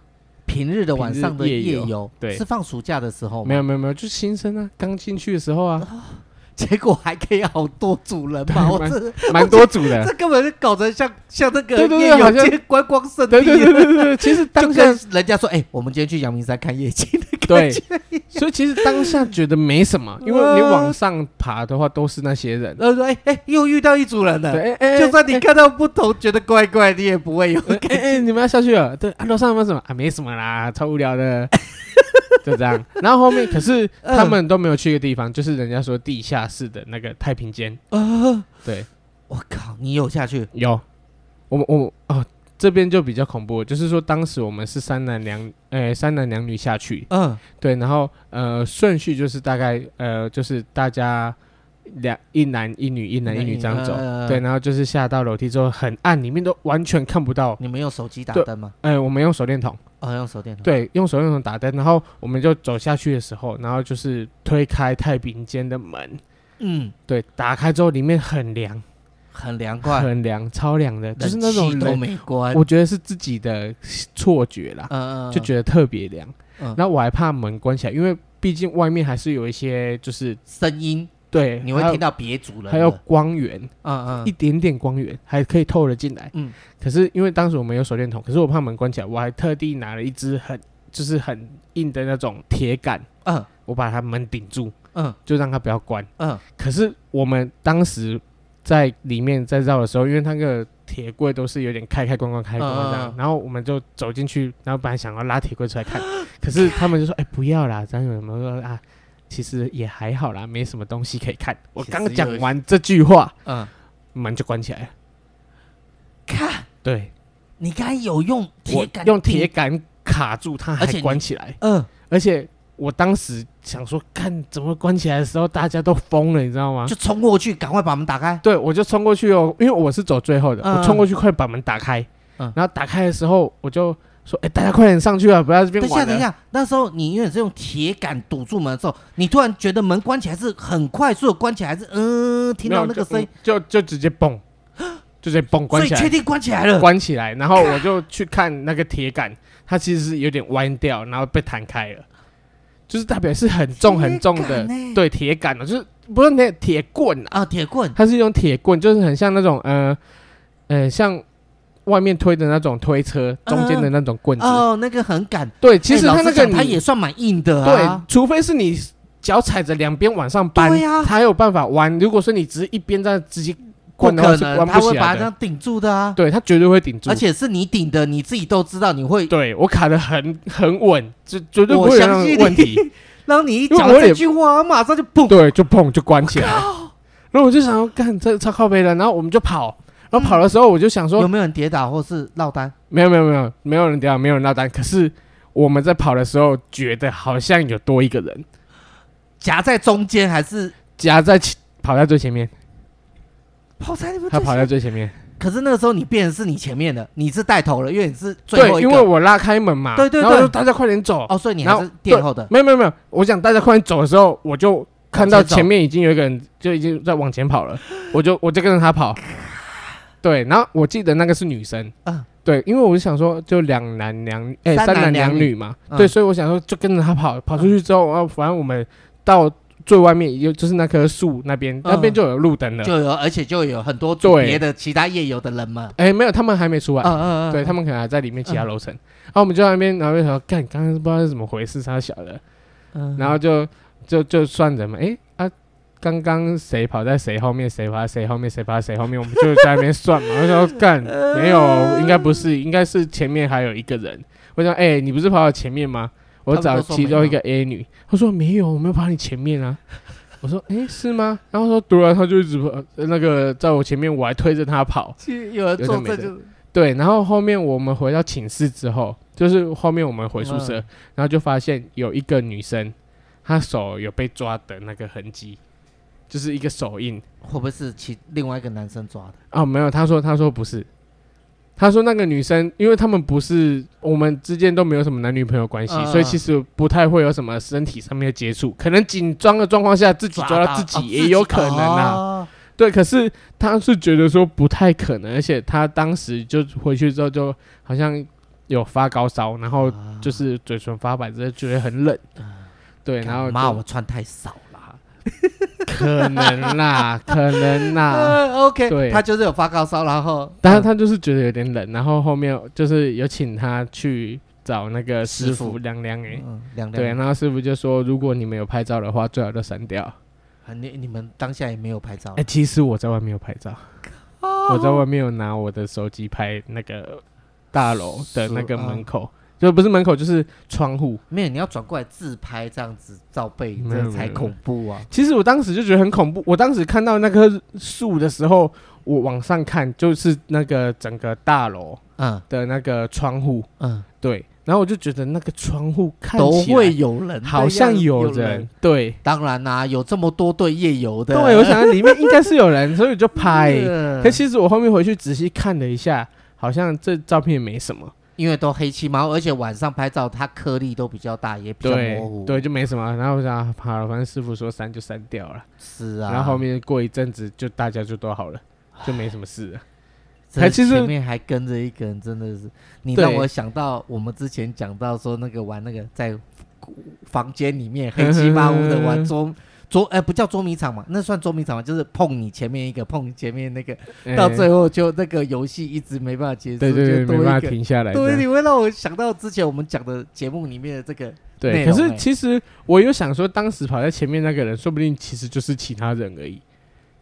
Speaker 2: 平日的晚上的
Speaker 1: 平日夜
Speaker 2: 夜
Speaker 1: 游
Speaker 2: 游，
Speaker 1: 对
Speaker 2: 是放暑假的时候吗
Speaker 1: 没有，没有没有，就新生啊，刚进去的时候
Speaker 2: 哦
Speaker 1: 啊，
Speaker 2: 结果还可以好多组人嘛，我
Speaker 1: 蛮
Speaker 2: 这
Speaker 1: 蛮多组
Speaker 2: 这
Speaker 1: 的。
Speaker 2: 根本是搞得像像那个
Speaker 1: 对对对
Speaker 2: 夜游
Speaker 1: 好像
Speaker 2: 街观光胜地
Speaker 1: 对，对对对对对，其实
Speaker 2: 就
Speaker 1: 当下
Speaker 2: 跟人家说，哎，我们今天去阳明山看夜景，
Speaker 1: 对，所以其实当下觉得没什么，因为你往上爬的话都是那些人。
Speaker 2: 然后说，哎哎，又遇到一组人了。
Speaker 1: 对，哎哎，
Speaker 2: 就算你看到不同，觉得怪怪，你也不会 有
Speaker 1: 哎哎哎，你们要下去了？对，啊楼上有没有什么啊？没什么啦，超无聊 的，就这样。然后后面可是
Speaker 2: 嗯
Speaker 1: 他们都没有去一个地方，就是人家说地下室的那个太平间。
Speaker 2: 啊！
Speaker 1: 对，
Speaker 2: 我靠，你有下去？
Speaker 1: 有，我们我们哦，这边就比较恐怖，就是说当时我们是三男两，诶、三男两女下去，
Speaker 2: 嗯
Speaker 1: 对，然后呃顺序就是大概呃就是大家两一男一女一男一女这样走，
Speaker 2: 嗯
Speaker 1: 对，然后就是下到楼梯之后很暗，里面都完全看不到，
Speaker 2: 你们用手机打
Speaker 1: 对
Speaker 2: 灯吗？
Speaker 1: 哎、我们用手电筒，
Speaker 2: 哦，用手电筒。
Speaker 1: 对，用手电筒打灯，然后我们就走下去的时候，然后就是推开太平间的门，
Speaker 2: 嗯，
Speaker 1: 对，打开之后里面很凉，
Speaker 2: 很凉快，
Speaker 1: 很凉，超凉的，就是那种
Speaker 2: 冷
Speaker 1: 人
Speaker 2: 气都没关。
Speaker 1: 我觉得是自己的错觉啦，
Speaker 2: 啊嗯嗯，
Speaker 1: 就觉得特别凉。
Speaker 2: 嗯
Speaker 1: 然后我还怕门关起来，因为毕竟外面还是有一些就是
Speaker 2: 声音
Speaker 1: 对，
Speaker 2: 你会
Speaker 1: 还有
Speaker 2: 听到别组人的。
Speaker 1: 还有光源，
Speaker 2: 嗯
Speaker 1: 一
Speaker 2: 嗯
Speaker 1: 点点光源还可以透了进来。
Speaker 2: 嗯
Speaker 1: 可是因为当时我们有手电筒，可是我怕门关起来，我还特地拿了一支很就是很硬的那种铁杆，
Speaker 2: 嗯
Speaker 1: 我把它门顶住，
Speaker 2: 嗯
Speaker 1: 就让它不要关。
Speaker 2: 嗯
Speaker 1: 可是我们当时在里面在绕的时候，因为它那个铁柜都是有点开开关关开关关这样，
Speaker 2: 嗯嗯嗯
Speaker 1: 然后我们就走进去，然后本来想要拉铁柜出 来看，可是他们就说：“哎、不要啦，张友们说啊，其实也还好啦，没什么东西可以看。”我
Speaker 2: 其实
Speaker 1: 刚讲完这句话，
Speaker 2: 嗯，
Speaker 1: 门就关起来了。
Speaker 2: 看，
Speaker 1: 对，
Speaker 2: 你刚才有用铁
Speaker 1: 我
Speaker 2: 杆，
Speaker 1: 用铁，杆卡住它，
Speaker 2: 而且
Speaker 1: 还
Speaker 2: 你
Speaker 1: 关起来，
Speaker 2: 嗯，
Speaker 1: 而且。我当时想说，看怎么关起来的时候，大家都疯了，你知道吗？
Speaker 2: 就冲过去，赶快把门打开。
Speaker 1: 对，我就冲过去哦，因为我是走最后的，
Speaker 2: 嗯
Speaker 1: 我冲过去快把门打开，
Speaker 2: 嗯
Speaker 1: 然后打开的时候我就说：“哎、大家快点上去啊，不要在这边
Speaker 2: 等一下，
Speaker 1: 玩
Speaker 2: 等一
Speaker 1: 了。
Speaker 2: 下，那时候你永远是用铁杆堵住门的时候，你突然觉得门关起来是很快速的关起来，是嗯，听
Speaker 1: 没有”
Speaker 2: 到那个声音，
Speaker 1: 就就就直接 蹦，就直接蹦
Speaker 2: 所
Speaker 1: 关
Speaker 2: 以
Speaker 1: 起
Speaker 2: 确
Speaker 1: 来，
Speaker 2: 定关起来了。
Speaker 1: 关起来。然后我就去看那个铁杆，它其实是有点弯掉，然后被弹开了，就是代表是很重很重
Speaker 2: 铁
Speaker 1: 的
Speaker 2: 杆，欸
Speaker 1: 对，铁杆哦，就是不是那铁棍啊，
Speaker 2: 啊，铁棍，
Speaker 1: 它是一种铁棍，就是很像那种呃呃像。外面推的那种推车，中间的那种棍子，
Speaker 2: 哦，那个很赶。
Speaker 1: 对，其
Speaker 2: 哎
Speaker 1: 实
Speaker 2: 老
Speaker 1: 它
Speaker 2: 实
Speaker 1: 那个
Speaker 2: 讲它
Speaker 1: 你
Speaker 2: 也算蛮硬的
Speaker 1: 对
Speaker 2: 啊。，
Speaker 1: 除非是你脚踩着两边往上搬
Speaker 2: 对，呀
Speaker 1: 才有办法弯。如果说你只是一边这样直接
Speaker 2: 不
Speaker 1: 灌的话，
Speaker 2: 可
Speaker 1: 是
Speaker 2: 能，
Speaker 1: 弯
Speaker 2: 他
Speaker 1: 不
Speaker 2: 会
Speaker 1: 起
Speaker 2: 把它
Speaker 1: 来
Speaker 2: 这
Speaker 1: 的。
Speaker 2: 样顶住的啊。
Speaker 1: 对，它绝对会顶住
Speaker 2: 而。且是你顶的，你自己都知道，你会
Speaker 1: 对我卡的很很稳，就绝对不
Speaker 2: 我
Speaker 1: 会有
Speaker 2: 相
Speaker 1: 那种
Speaker 2: 信
Speaker 1: 问
Speaker 2: 你
Speaker 1: 题。
Speaker 2: 让你一
Speaker 1: 因为
Speaker 2: 讲
Speaker 1: 我
Speaker 2: 这
Speaker 1: 也
Speaker 2: 句话，马上就砰。
Speaker 1: 对，就碰就关起来。然后我就想要干这超靠背的，然后我们就跑。然后跑的时候，我就想
Speaker 2: 有
Speaker 1: 说，
Speaker 2: 没有人跌倒或是落单？
Speaker 1: 没有没有没有，没有人掉，没有人落单。可是我们在跑的时候，觉得好像有多一个人
Speaker 2: 夹在中间还是
Speaker 1: 夹在前跑在最前面，
Speaker 2: 跑在你们
Speaker 1: 他
Speaker 2: 最
Speaker 1: 跑
Speaker 2: 前？
Speaker 1: 在最前面。
Speaker 2: 可是那个时候你变成是你前面的，你是带头了，因为你是最后
Speaker 1: 对，
Speaker 2: 一
Speaker 1: 因为
Speaker 2: 个。
Speaker 1: 我拉开门嘛，
Speaker 2: 对对
Speaker 1: 然后
Speaker 2: 对
Speaker 1: 就大家快点走。
Speaker 2: 哦，所以你
Speaker 1: 然
Speaker 2: 还
Speaker 1: 后
Speaker 2: 是垫后的。
Speaker 1: 没有没有没有，我想大家快点走的时候，我就看到
Speaker 2: 往前走
Speaker 1: 前面已经有一个人就已经在往前 跑了，我就我就跟着他跑。对，然后我记得那个是女生，
Speaker 2: 嗯
Speaker 1: 对，因为我是想说就两男两哎、
Speaker 2: 三
Speaker 1: 三
Speaker 2: 男
Speaker 1: 男
Speaker 2: 两
Speaker 1: 两女嘛，
Speaker 2: 嗯
Speaker 1: 对，所以我想说就跟着他跑，跑出去之后，然后反正我们到最外面也就是那棵树那边，那边就有路灯了。
Speaker 2: 嗯就有，而且就有很多组
Speaker 1: 对
Speaker 2: 别的其他夜游的人嘛。
Speaker 1: 哎、没有，他们还没出来，
Speaker 2: 嗯嗯嗯，嗯
Speaker 1: 对他们可能还在里面其他楼层。然后我们就在那边，然后就想说干，刚刚不知道是怎么回事，他小的，
Speaker 2: 嗯，
Speaker 1: 然后就就就算人嘛，诶，啊，刚刚谁跑在谁后面，谁跑在谁后面，谁跑在谁后面，我们就在那边算嘛。我 想说干，没有，应该不是，应该是前面还有一个人。我想，诶，你不是跑到前面吗？我
Speaker 2: 他
Speaker 1: 找
Speaker 2: 们都说
Speaker 1: 其中一个 A 女，她说没有，我没有跑你前面啊。我说，诶，是吗？然后说，对啊，她就一直跑，呃那个在我前面，我还推着她跑。
Speaker 2: 其实有人
Speaker 1: 有
Speaker 2: 坐
Speaker 1: 的没
Speaker 2: 这
Speaker 1: 的
Speaker 2: 就
Speaker 1: 对，然后后面我们回到寝室之后，就是后面我们回宿舍，
Speaker 2: 嗯
Speaker 1: 然后就发现有一个女生，她手有被抓的那个痕迹，就是一个手印。
Speaker 2: 会不会是其另外一个男生抓的？
Speaker 1: 哦，没有，她说她说不是，她说那个女生，因为他们不是我们之间都没有什么男女朋友关系，
Speaker 2: 嗯
Speaker 1: 所以其实不太会有什么身体上面的接触，可能紧张的状况下自己抓到自己也有可能啊。
Speaker 2: 啊。
Speaker 1: 对，可是他是觉得说不太可能，而且他当时就回去之后就好像有发高烧，然后
Speaker 2: 啊
Speaker 1: 就是嘴唇发白，之后觉得很冷。对，然后
Speaker 2: 妈，
Speaker 1: 就啊
Speaker 2: 我穿太少啦。
Speaker 1: 可能啦，可能啦。
Speaker 2: 嗯，OK，
Speaker 1: 对
Speaker 2: 他就是有发高烧，然后
Speaker 1: 但是他就是觉得有点冷，然后后面就是有请他去找那个
Speaker 2: 师
Speaker 1: 师
Speaker 2: 傅
Speaker 1: 傅量量诶、
Speaker 2: 嗯两
Speaker 1: 对，
Speaker 2: 两，
Speaker 1: 然后师傅就说，如果你们有拍照的话，最好都删掉。
Speaker 2: 啊你你们当下也没有拍照啊
Speaker 1: 哎、，其实我在外面有拍照，我在外面有拿我的手机拍那个大楼的那
Speaker 2: 啊
Speaker 1: 个门口，就不是门口就是窗户。
Speaker 2: 没有，你要转过来自拍这样子照背，
Speaker 1: 没有
Speaker 2: 这才恐怖啊！
Speaker 1: 其实我当时就觉得很恐怖，我当时看到那棵树的时候，我往上看就是那个整个大楼
Speaker 2: 嗯
Speaker 1: 的那个窗户，
Speaker 2: 嗯，
Speaker 1: 对，然后我就觉得那个窗户看
Speaker 2: 都
Speaker 1: 起来
Speaker 2: 会有人的样子，
Speaker 1: 好像有人
Speaker 2: 人。，
Speaker 1: 对
Speaker 2: 当然啦、有这么多对夜游的，
Speaker 1: 对，我想里 面应该是有人，所以我就拍。
Speaker 2: 嗯
Speaker 1: 可其实我后面回去仔细看了一下，好像这照片也没什么。
Speaker 2: 因为都黑漆麻乌，而且晚上拍照它颗粒都比较大，也比较
Speaker 1: 对
Speaker 2: 模糊。
Speaker 1: 对，，就没什么。然后我想，啊好了，反正师傅说删就删掉了。
Speaker 2: 是啊。
Speaker 1: 然后后面过一阵子，就大家就都好了，就没什么事了。
Speaker 2: 这
Speaker 1: 还其实
Speaker 2: 前面还跟着一个人，真的是你
Speaker 1: 对
Speaker 2: 让我想到我们之前讲到说那个玩那个在房间里面黑漆麻乌的 玩捉捉，哎、不叫捉迷藏嘛，那算捉迷藏嘛，就是碰你前面一个，碰你前面那个，到
Speaker 1: 哎
Speaker 2: 最后就那个游戏一直没办法结束，
Speaker 1: 对对
Speaker 2: 就多
Speaker 1: 对，没办法
Speaker 2: 一个。
Speaker 1: 停下来这
Speaker 2: 对，
Speaker 1: 样。
Speaker 2: 你会让我想到之前我们讲的节目里面的这个内
Speaker 1: 对，可
Speaker 2: 容
Speaker 1: 是
Speaker 2: 哎
Speaker 1: 其实我有想说，当时跑在前面那个人，说不定其实就是其他人而已，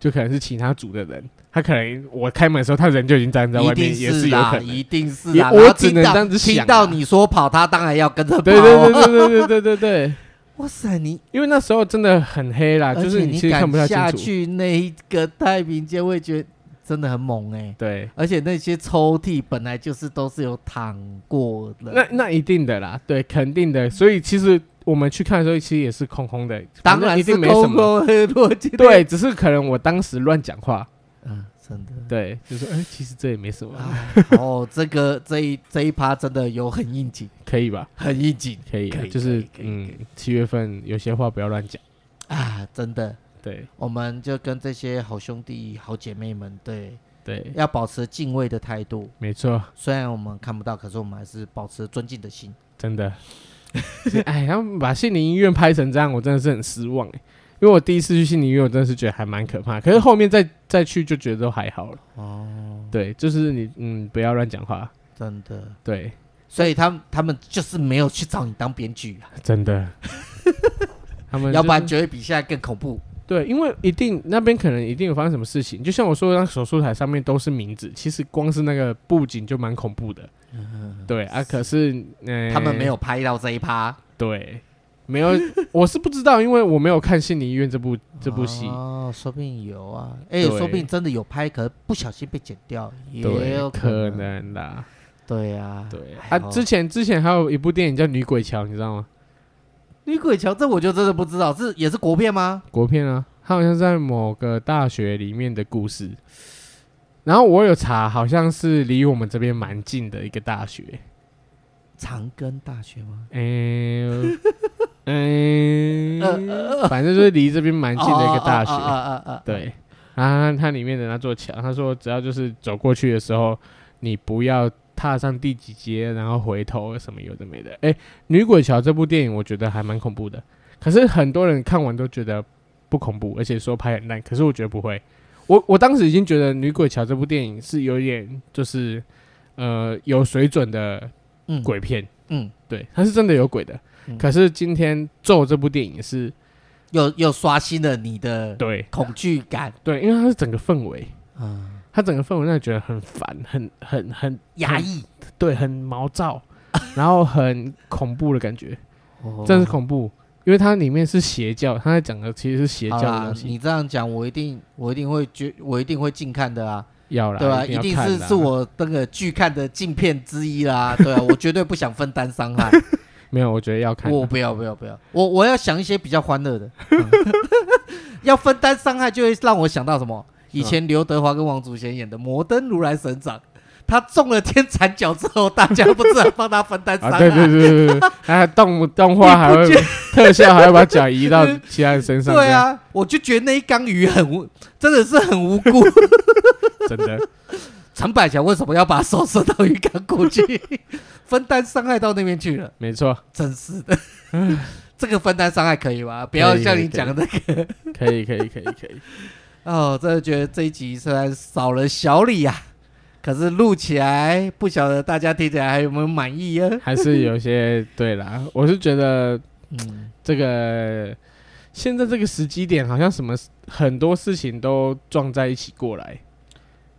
Speaker 1: 就可能是其他组的人。他可能我开门的时候，他人就已经站在外
Speaker 2: 一定
Speaker 1: 面，也是有
Speaker 2: 啦，
Speaker 1: 可
Speaker 2: 一
Speaker 1: 能。
Speaker 2: 定是
Speaker 1: 也
Speaker 2: 啦。
Speaker 1: 我
Speaker 2: 然后
Speaker 1: 只
Speaker 2: 听
Speaker 1: 能
Speaker 2: 到
Speaker 1: 这样子
Speaker 2: 听
Speaker 1: 想
Speaker 2: 到
Speaker 1: 啊
Speaker 2: 你说跑，他当然要跟着跑。
Speaker 1: 对对对对对对对对对，
Speaker 2: 哇塞，你
Speaker 1: 因为那时候真的很黑啦，
Speaker 2: 而
Speaker 1: 啊就
Speaker 2: 且
Speaker 1: 是
Speaker 2: 你
Speaker 1: 其实看不
Speaker 2: 敢
Speaker 1: 太
Speaker 2: 下
Speaker 1: 清楚。
Speaker 2: 去那一个太平间，会觉得真的很猛哎、
Speaker 1: 对，
Speaker 2: 而且那些抽屉本来就是都是有躺过的，
Speaker 1: 那那一定的啦，对，肯定的。所以其实我们去看的时候，其实也是空空的，
Speaker 2: 当
Speaker 1: 反正
Speaker 2: 然
Speaker 1: 一
Speaker 2: 是
Speaker 1: 定没什
Speaker 2: 空
Speaker 1: 么。
Speaker 2: 空的逻辑。，
Speaker 1: 对，只是可能我当时乱讲话，
Speaker 2: 嗯，真的。
Speaker 1: 对，就说哎、其实这也没什么，
Speaker 2: 哎哦，这个这一这一趴真的有很应景，
Speaker 1: 可以吧？
Speaker 2: 很应景
Speaker 1: 可以啊，
Speaker 2: 可以
Speaker 1: 就是
Speaker 2: 可以可以
Speaker 1: 嗯，七月份有些话不要乱讲，
Speaker 2: 啊！真的，
Speaker 1: 对
Speaker 2: 我们就跟这些好兄弟、好姐妹们，对，
Speaker 1: 对，
Speaker 2: 要保持敬畏的态度。
Speaker 1: 没错，
Speaker 2: 虽然我们看不到，可是我们还是保持尊敬的心。
Speaker 1: 真 的。是哎，他们把杏林医院拍成这样，我真的是很失望哎，因为我第一次去杏林医院，我真的是觉得还蛮可怕，可是后面再再去就觉得都还好了。
Speaker 2: 哦，
Speaker 1: 对，就是你嗯，不要乱讲话，
Speaker 2: 真的，
Speaker 1: 对，
Speaker 2: 所以他们他们就是没有去找你当编剧啊，
Speaker 1: 真 的。他们
Speaker 2: 要不
Speaker 1: 就是
Speaker 2: 然就会比现在更恐怖。
Speaker 1: 对，因为一定那边可能一定有发生什么事情，就像我说的，那手术台上面都是名字，其实光是那个布景就蛮恐怖的。对啊，可是、呃、
Speaker 2: 他们没有拍到这一趴，
Speaker 1: 对，没有，我是不知道，因为我没有看《心理医院》这部这部戏。
Speaker 2: 哦，说不定有啊，哎，
Speaker 1: 对
Speaker 2: 说不定真的有拍，可是不小心被剪掉，也
Speaker 1: 对，
Speaker 2: 有
Speaker 1: 可
Speaker 2: 能。
Speaker 1: 能啦。
Speaker 2: 对啊，
Speaker 1: 对
Speaker 2: 哎
Speaker 1: 啊，
Speaker 2: 呦
Speaker 1: 之前之前还有一部电影叫《女鬼桥》，你知道吗？
Speaker 2: 女鬼桥这我就真的不知道，是也是国片吗？
Speaker 1: 国片啊，它好像在某个大学里面的故事。然后我有查，好像是离我们这边蛮近的一个大学。
Speaker 2: 长庚大学吗？
Speaker 1: 诶、嗯，反正就是离这边蛮近的一个大
Speaker 2: 啊
Speaker 1: 学。
Speaker 2: 啊啊啊！
Speaker 1: 对， 然后它里面的那座桥，他说只要就是走过去的时候，你不要踏上第几阶，然后回头什么有的没的。哎，《女鬼桥》这部电影我觉得还蛮恐怖的，可是很多人看完都觉得不恐怖，而且说拍很烂，可是我觉得不会。我我当时已经觉得《女鬼桥》这部电影是有点就是呃有水准的
Speaker 2: 嗯，
Speaker 1: 鬼片，
Speaker 2: 嗯，
Speaker 1: 对，它是真的有鬼的。
Speaker 2: 嗯
Speaker 1: 可是今天《咒》这部电影是
Speaker 2: 又又刷新了你的
Speaker 1: 对
Speaker 2: 恐惧感，
Speaker 1: 对，因为它是整个氛围，
Speaker 2: 嗯，
Speaker 1: 它整个氛围让你觉得很烦，很很很
Speaker 2: 压抑，
Speaker 1: 对，很毛 躁，然后很恐怖的感觉，
Speaker 2: 哦
Speaker 1: 真是恐怖。因为它里面是邪教，它在讲的其实是邪
Speaker 2: 好
Speaker 1: 教的
Speaker 2: 啦
Speaker 1: 东，西。
Speaker 2: 你这样讲，我一定我一定会觉，我一定会近看的啊，
Speaker 1: 要啦，
Speaker 2: 对吧？
Speaker 1: 一
Speaker 2: 一
Speaker 1: 定
Speaker 2: 定
Speaker 1: 要看啊
Speaker 2: 是
Speaker 1: 啦
Speaker 2: 是我那个剧看的镜片之一啦， 对啊，我绝对不想分担伤害，
Speaker 1: 没有，我觉得要 看啦。嗯
Speaker 2: 我不要不要不要，我我要想一些比较 欢乐的， 要分担伤害就会让我想到什
Speaker 1: 嗯
Speaker 2: 么？以前刘德华跟王祖贤演的《摩登如来神掌》，他中了天残脚之后，大家不是很帮他分担 伤
Speaker 1: 啊，
Speaker 2: 害？
Speaker 1: 对对对对对对，还动动画还会
Speaker 2: 你不
Speaker 1: 特效，还会把脚移到其他人身上。
Speaker 2: 对，啊，我就觉得那一缸鱼很无，真的是很无辜。
Speaker 1: 真的
Speaker 2: 陈百强为什么要把手伸到鱼缸过去， 分担伤害到那边去了？
Speaker 1: 没错，
Speaker 2: 真是的，这个分担伤害可以吗？不要
Speaker 1: 可以
Speaker 2: 像
Speaker 1: 可以
Speaker 2: 你
Speaker 1: 可以
Speaker 2: 讲的
Speaker 1: 可以可以可以可以。
Speaker 2: 哦，真的觉得这一集虽然少了小李呀、可是录起来不晓得大家听起来还有没有满意啊？
Speaker 1: 还是有些对啦。我是觉得
Speaker 2: 嗯，
Speaker 1: 这个现在这个时机点，好像什么很多事情都撞在一起过来。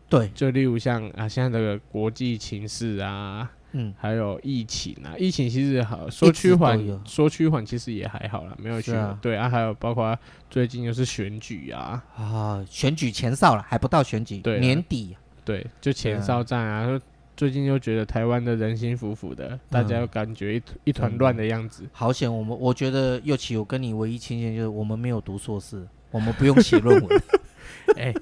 Speaker 2: 对，
Speaker 1: 就例如像啊，现在这个国际情势啊，
Speaker 2: 嗯，
Speaker 1: 还有疫情啊，疫情其实好说
Speaker 2: 一直
Speaker 1: 趋缓
Speaker 2: 都有，
Speaker 1: 说趋缓其实也还好啦，没有趋
Speaker 2: 是啊
Speaker 1: 缓对啊，还有包括最近又是选举啊，
Speaker 2: 啊，选举前哨了，还不到选举，
Speaker 1: 对啊
Speaker 2: 年底
Speaker 1: 对，就前
Speaker 2: 对啊
Speaker 1: 哨战啊，就最近又觉得台湾的人心浮浮的，大家又感觉一一团
Speaker 2: 嗯
Speaker 1: 乱的样子。
Speaker 2: 好险，我们我觉得佑琪，我跟你唯一亲戚就是我们没有读硕士，我们不用写论文，
Speaker 1: 哎、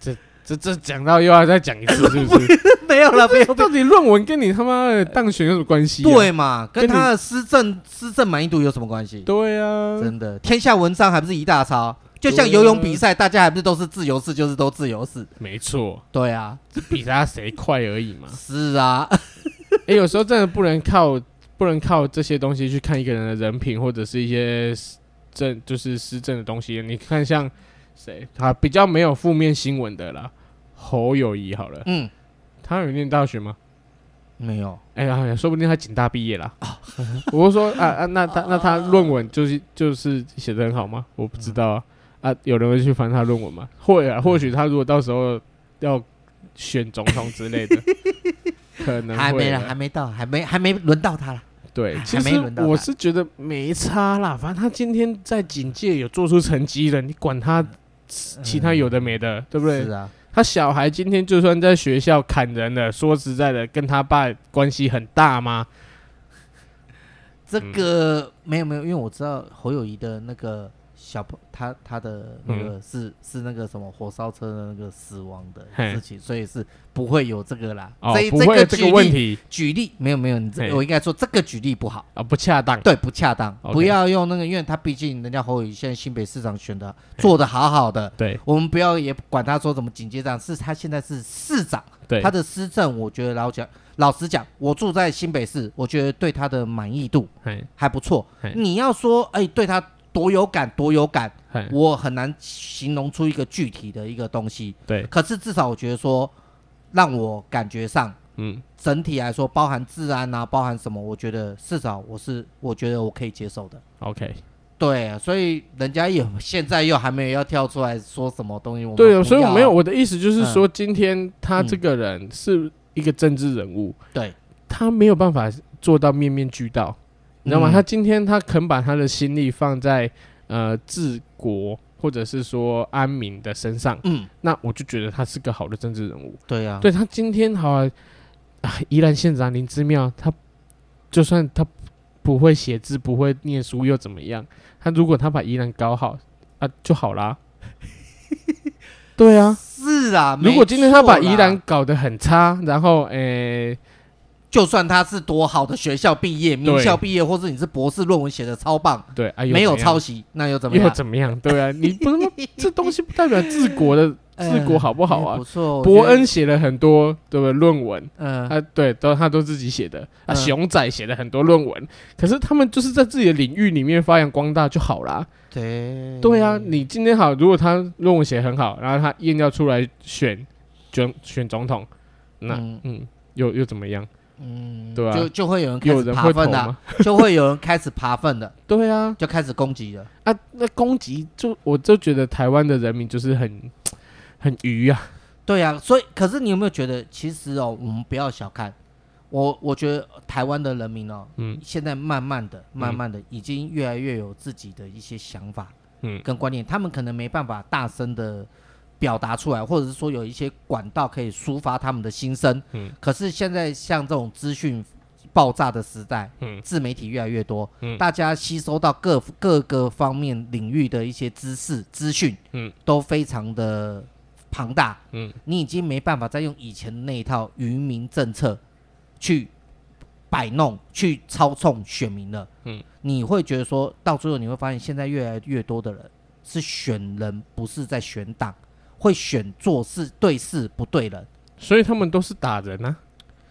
Speaker 1: 这这这讲到又要再讲一次，是不是？
Speaker 2: 没有 了，没有。
Speaker 1: 到底论文跟你他妈的当选有什么关系、啊？
Speaker 2: 对嘛，跟
Speaker 1: 跟你
Speaker 2: 他的施政施政满意度有什么关系？
Speaker 1: 对啊，
Speaker 2: 真的，天下文章还不是一大抄？就像游泳比赛，大家还不是都是自由式，就是都自由式。
Speaker 1: 没错，
Speaker 2: 对啊，
Speaker 1: 只比他谁快而已 嘛。
Speaker 2: 是啊，
Speaker 1: 哎、有时候真的不能靠不能靠这些东西去看一个人的人品或者是一些施政就是施政的东西。你看像谁啊，比较没有负面新闻的啦，侯友谊好了，
Speaker 2: 嗯，
Speaker 1: 他有念大学吗？
Speaker 2: 没有，
Speaker 1: 哎呀，说不定他警大毕业啦。 我是说啊啊，那
Speaker 2: 哦
Speaker 1: 他那他论文就是就是写的很好吗？我不知道
Speaker 2: 哦
Speaker 1: 啊。啊，有人会去翻他论文吗？会
Speaker 2: 嗯
Speaker 1: 啊，或许他如果到时候要选总统之类 的，可能
Speaker 2: 还没
Speaker 1: 会
Speaker 2: 了，
Speaker 1: 啊。
Speaker 2: 还没到，还没还没轮到他了。
Speaker 1: 对，其
Speaker 2: 还没
Speaker 1: 实
Speaker 2: 轮到他
Speaker 1: 我是觉得没差啦，反正他今天在警界有做出成绩了，你管他其他有的没的，对不对
Speaker 2: 嗯是？啊，
Speaker 1: 他小孩今天就算在学校砍人了，说实在的，跟他爸关系很大吗？嗯
Speaker 2: 这个没有没有，因为我知道侯友谊的那个小朋他他的那
Speaker 1: 嗯
Speaker 2: 个是是那个什么火烧车的那个死亡的
Speaker 1: 嘿
Speaker 2: 事情，所以是不会有这个啦。
Speaker 1: 哦
Speaker 2: 这，
Speaker 1: 不会有这
Speaker 2: 举
Speaker 1: 个
Speaker 2: 例
Speaker 1: 问题
Speaker 2: 举例没有没有，你
Speaker 1: 嘿
Speaker 2: 这我应该说这个举例不好。
Speaker 1: 啊，不恰当。
Speaker 2: 对，不恰当
Speaker 1: OK
Speaker 2: 不要用那个，因为他毕竟人家侯友宜现在新北市长选的做的好好的，
Speaker 1: 对
Speaker 2: 我们不要也管他说什么警戒站，是他现在是市长，
Speaker 1: 对，
Speaker 2: 他的施政，我觉得老讲老实讲，我住在新北市，我觉得对他的满意度
Speaker 1: 嘿
Speaker 2: 还不错
Speaker 1: 嘿。
Speaker 2: 你要说哎、对他多有感多有感，
Speaker 1: 嘿
Speaker 2: 我很难形容出一个具体的一个东西。
Speaker 1: 对，
Speaker 2: 可是至少我觉得说，让我感觉上
Speaker 1: 嗯，
Speaker 2: 整体来说，包含治安啊，包含什么，我觉得至少我是我觉得我可以接受的。
Speaker 1: OK，
Speaker 2: 对，啊所以人家也现在又还没有要跳出来说什么东西，我们
Speaker 1: 对
Speaker 2: 不
Speaker 1: 啊，所以
Speaker 2: 要嗯
Speaker 1: 我
Speaker 2: 啊
Speaker 1: 没有我的意思就是说，今天他这个人是一个政治人物，
Speaker 2: 对，
Speaker 1: 他没有办法做到面面俱到，你知道吗？
Speaker 2: 嗯
Speaker 1: 他今天他肯把他的心力放在呃治国或者是说安民的身上，
Speaker 2: 嗯，
Speaker 1: 那我就觉得他是个好的政治人物。
Speaker 2: 对啊，
Speaker 1: 对他今天好啊，啊宜兰县长林之妙，他就算他不会写字、不会念书又怎么样？他如果他把宜兰搞好啊就好啦。对啊，
Speaker 2: 是啊，
Speaker 1: 如果今天他把
Speaker 2: 啊没错啦
Speaker 1: 宜兰搞得很差，然后诶、
Speaker 2: 就算他是多好的学校毕业、名
Speaker 1: 对
Speaker 2: 校毕业，或是你是博士论文写的超棒，
Speaker 1: 对啊，
Speaker 2: 没有抄
Speaker 1: 袭
Speaker 2: 袭，那又怎么
Speaker 1: 又
Speaker 2: 样？
Speaker 1: 怎么样？对啊，你不 能这东西不代表治国的治国好不好
Speaker 2: 哎
Speaker 1: 啊
Speaker 2: 不？错，我觉得
Speaker 1: 伯恩，哎写了很多对不对论文，
Speaker 2: 嗯、
Speaker 1: 他对都他都自己写的啊，
Speaker 2: 嗯
Speaker 1: 熊仔写了很多论文，可是他们就是在自己的领域里面发扬光大就好啦。
Speaker 2: 对，
Speaker 1: 对啊，你今天好，如果他论文写得很好，然后他硬要出来选选选总统，那
Speaker 2: 嗯
Speaker 1: 嗯，又又怎么样？
Speaker 2: 嗯，
Speaker 1: 对啊
Speaker 2: 就就会有人开
Speaker 1: 有
Speaker 2: 始
Speaker 1: 人
Speaker 2: 爬
Speaker 1: 会投
Speaker 2: 粪的啊，
Speaker 1: 吗？
Speaker 2: 就会有人开始爬粪的，
Speaker 1: 对啊，
Speaker 2: 就开始攻击了。
Speaker 1: 啊，那攻击就我就觉得台湾的人民就是很很愚啊，
Speaker 2: 对啊，所以可是你有没有觉得，其实哦，我们不要小看我，我觉得台湾的人民哦，
Speaker 1: 嗯
Speaker 2: 现在慢慢的、慢慢的，已经越来越有自己的一些想法，
Speaker 1: 嗯
Speaker 2: 跟观念，他们可能没办法大声的表达出来，或者是说有一些管道可以抒发他们的心声，
Speaker 1: 嗯
Speaker 2: 可是现在像这种资讯爆炸的时代，
Speaker 1: 嗯
Speaker 2: 自媒体越来越多，
Speaker 1: 嗯
Speaker 2: 大家吸收到各各个方面领域的一些知识资讯，
Speaker 1: 嗯
Speaker 2: 都非常的庞大，
Speaker 1: 嗯
Speaker 2: 你已经没办法再用以前那一套愚民政策去摆弄、去操纵选民了。
Speaker 1: 嗯，
Speaker 2: 你会觉得说到最后，你会发现现在越来越多的人是选人，不是在选党，会选做事对事不对人。
Speaker 1: 所以他们都是打人啊，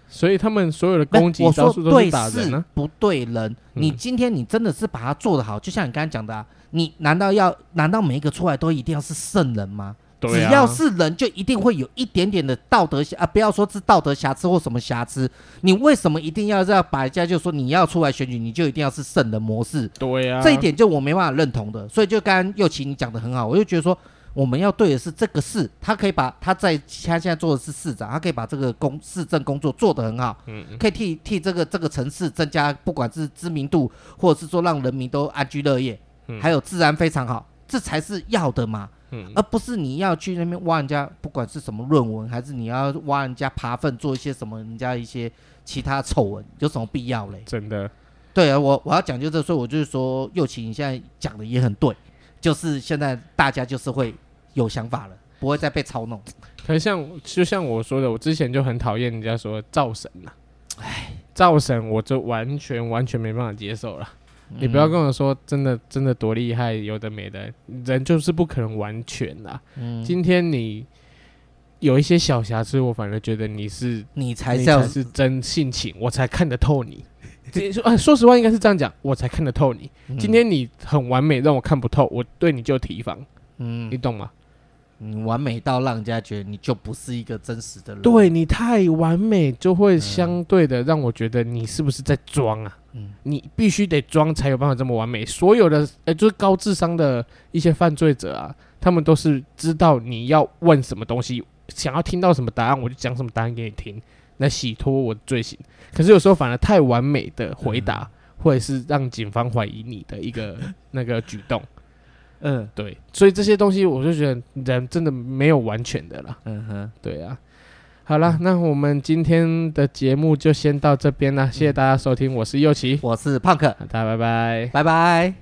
Speaker 1: 所以他们所有的
Speaker 2: 不是
Speaker 1: 攻击
Speaker 2: 我
Speaker 1: 招
Speaker 2: 说
Speaker 1: 数都
Speaker 2: 对
Speaker 1: 是打人嗯
Speaker 2: 事
Speaker 1: 啊，
Speaker 2: 不对人。你今天你真的是把它做得好，就像你刚才讲的、啊，你难道要难道每一个出来都一定要是圣人吗？只
Speaker 1: 对啊，
Speaker 2: 要是人，就一定会有一点点的道德瑕啊，不要说是道德瑕疵或什么瑕疵，你为什么一定要这样把人家就说你要出来选举，你就一定要是圣人模式？
Speaker 1: 对啊，
Speaker 2: 这一点就我没办法认同的。所以就刚刚右奇你讲的很好，我就觉得说我们要对的是这个事，他可以把他在他现在做的是市长，他可以把这个工市政工作做得很好，
Speaker 1: 嗯
Speaker 2: 可以替替这个这个城市增加不管是知名度，或者是说让人民都安居乐业，
Speaker 1: 嗯
Speaker 2: 还有治安非常好，这才是要的嘛。
Speaker 1: 嗯
Speaker 2: 而不是你要去那边挖人家，不管是什么论文，还是你要挖人家爬粪，做一些什么人家一些其他丑闻，有什么必要嘞？
Speaker 1: 真的
Speaker 2: 对啊，我我要讲究这，所以我就是说，右奇你现在讲的也很对，就是现在大家就是会有想法了，不会再被操弄。
Speaker 1: 可是像就像我说的，我之前就很讨厌人家说造神呐、啊，哎，造神我就完全完全没办法接受了。嗯
Speaker 2: 嗯
Speaker 1: 你不要跟我说真的真的多厉害，有的没的，人就是不可能完全啦。
Speaker 2: 嗯，
Speaker 1: 今天你有一些小瑕疵，我反而觉得你是
Speaker 2: 你才
Speaker 1: 你
Speaker 2: 是要
Speaker 1: 才是真性情，我才看得透 你。这说啊，说实话应该是这样讲，我才看得透你。
Speaker 2: 嗯
Speaker 1: 今天你很完美，让我看不透，我对你就有提防，
Speaker 2: 嗯
Speaker 1: 你，懂吗？
Speaker 2: 你完美到让人家觉得你就不是一个真实的人。
Speaker 1: 对你太完美，就会相对的让我觉得你是不是在装啊？
Speaker 2: 嗯
Speaker 1: 你必须得装才有办法这么完美。所有的呃，就是高智商的一些犯罪者啊，他们都是知道你要问什么东西，想要听到什么答案，我就讲什么答案给你听，来洗脱我的罪行。可是有时候反而太完美的回答，或者是让警方怀疑你的一个那个举动。
Speaker 2: 嗯
Speaker 1: 对，所以这些东西我就觉得人真的没有完全的啦。
Speaker 2: 嗯哼。
Speaker 1: 对啊。好了，那我们今天的节目就先到这边了，谢谢大家收听，我是右奇，
Speaker 2: 我是胖克，
Speaker 1: 大家拜拜。
Speaker 2: 拜拜。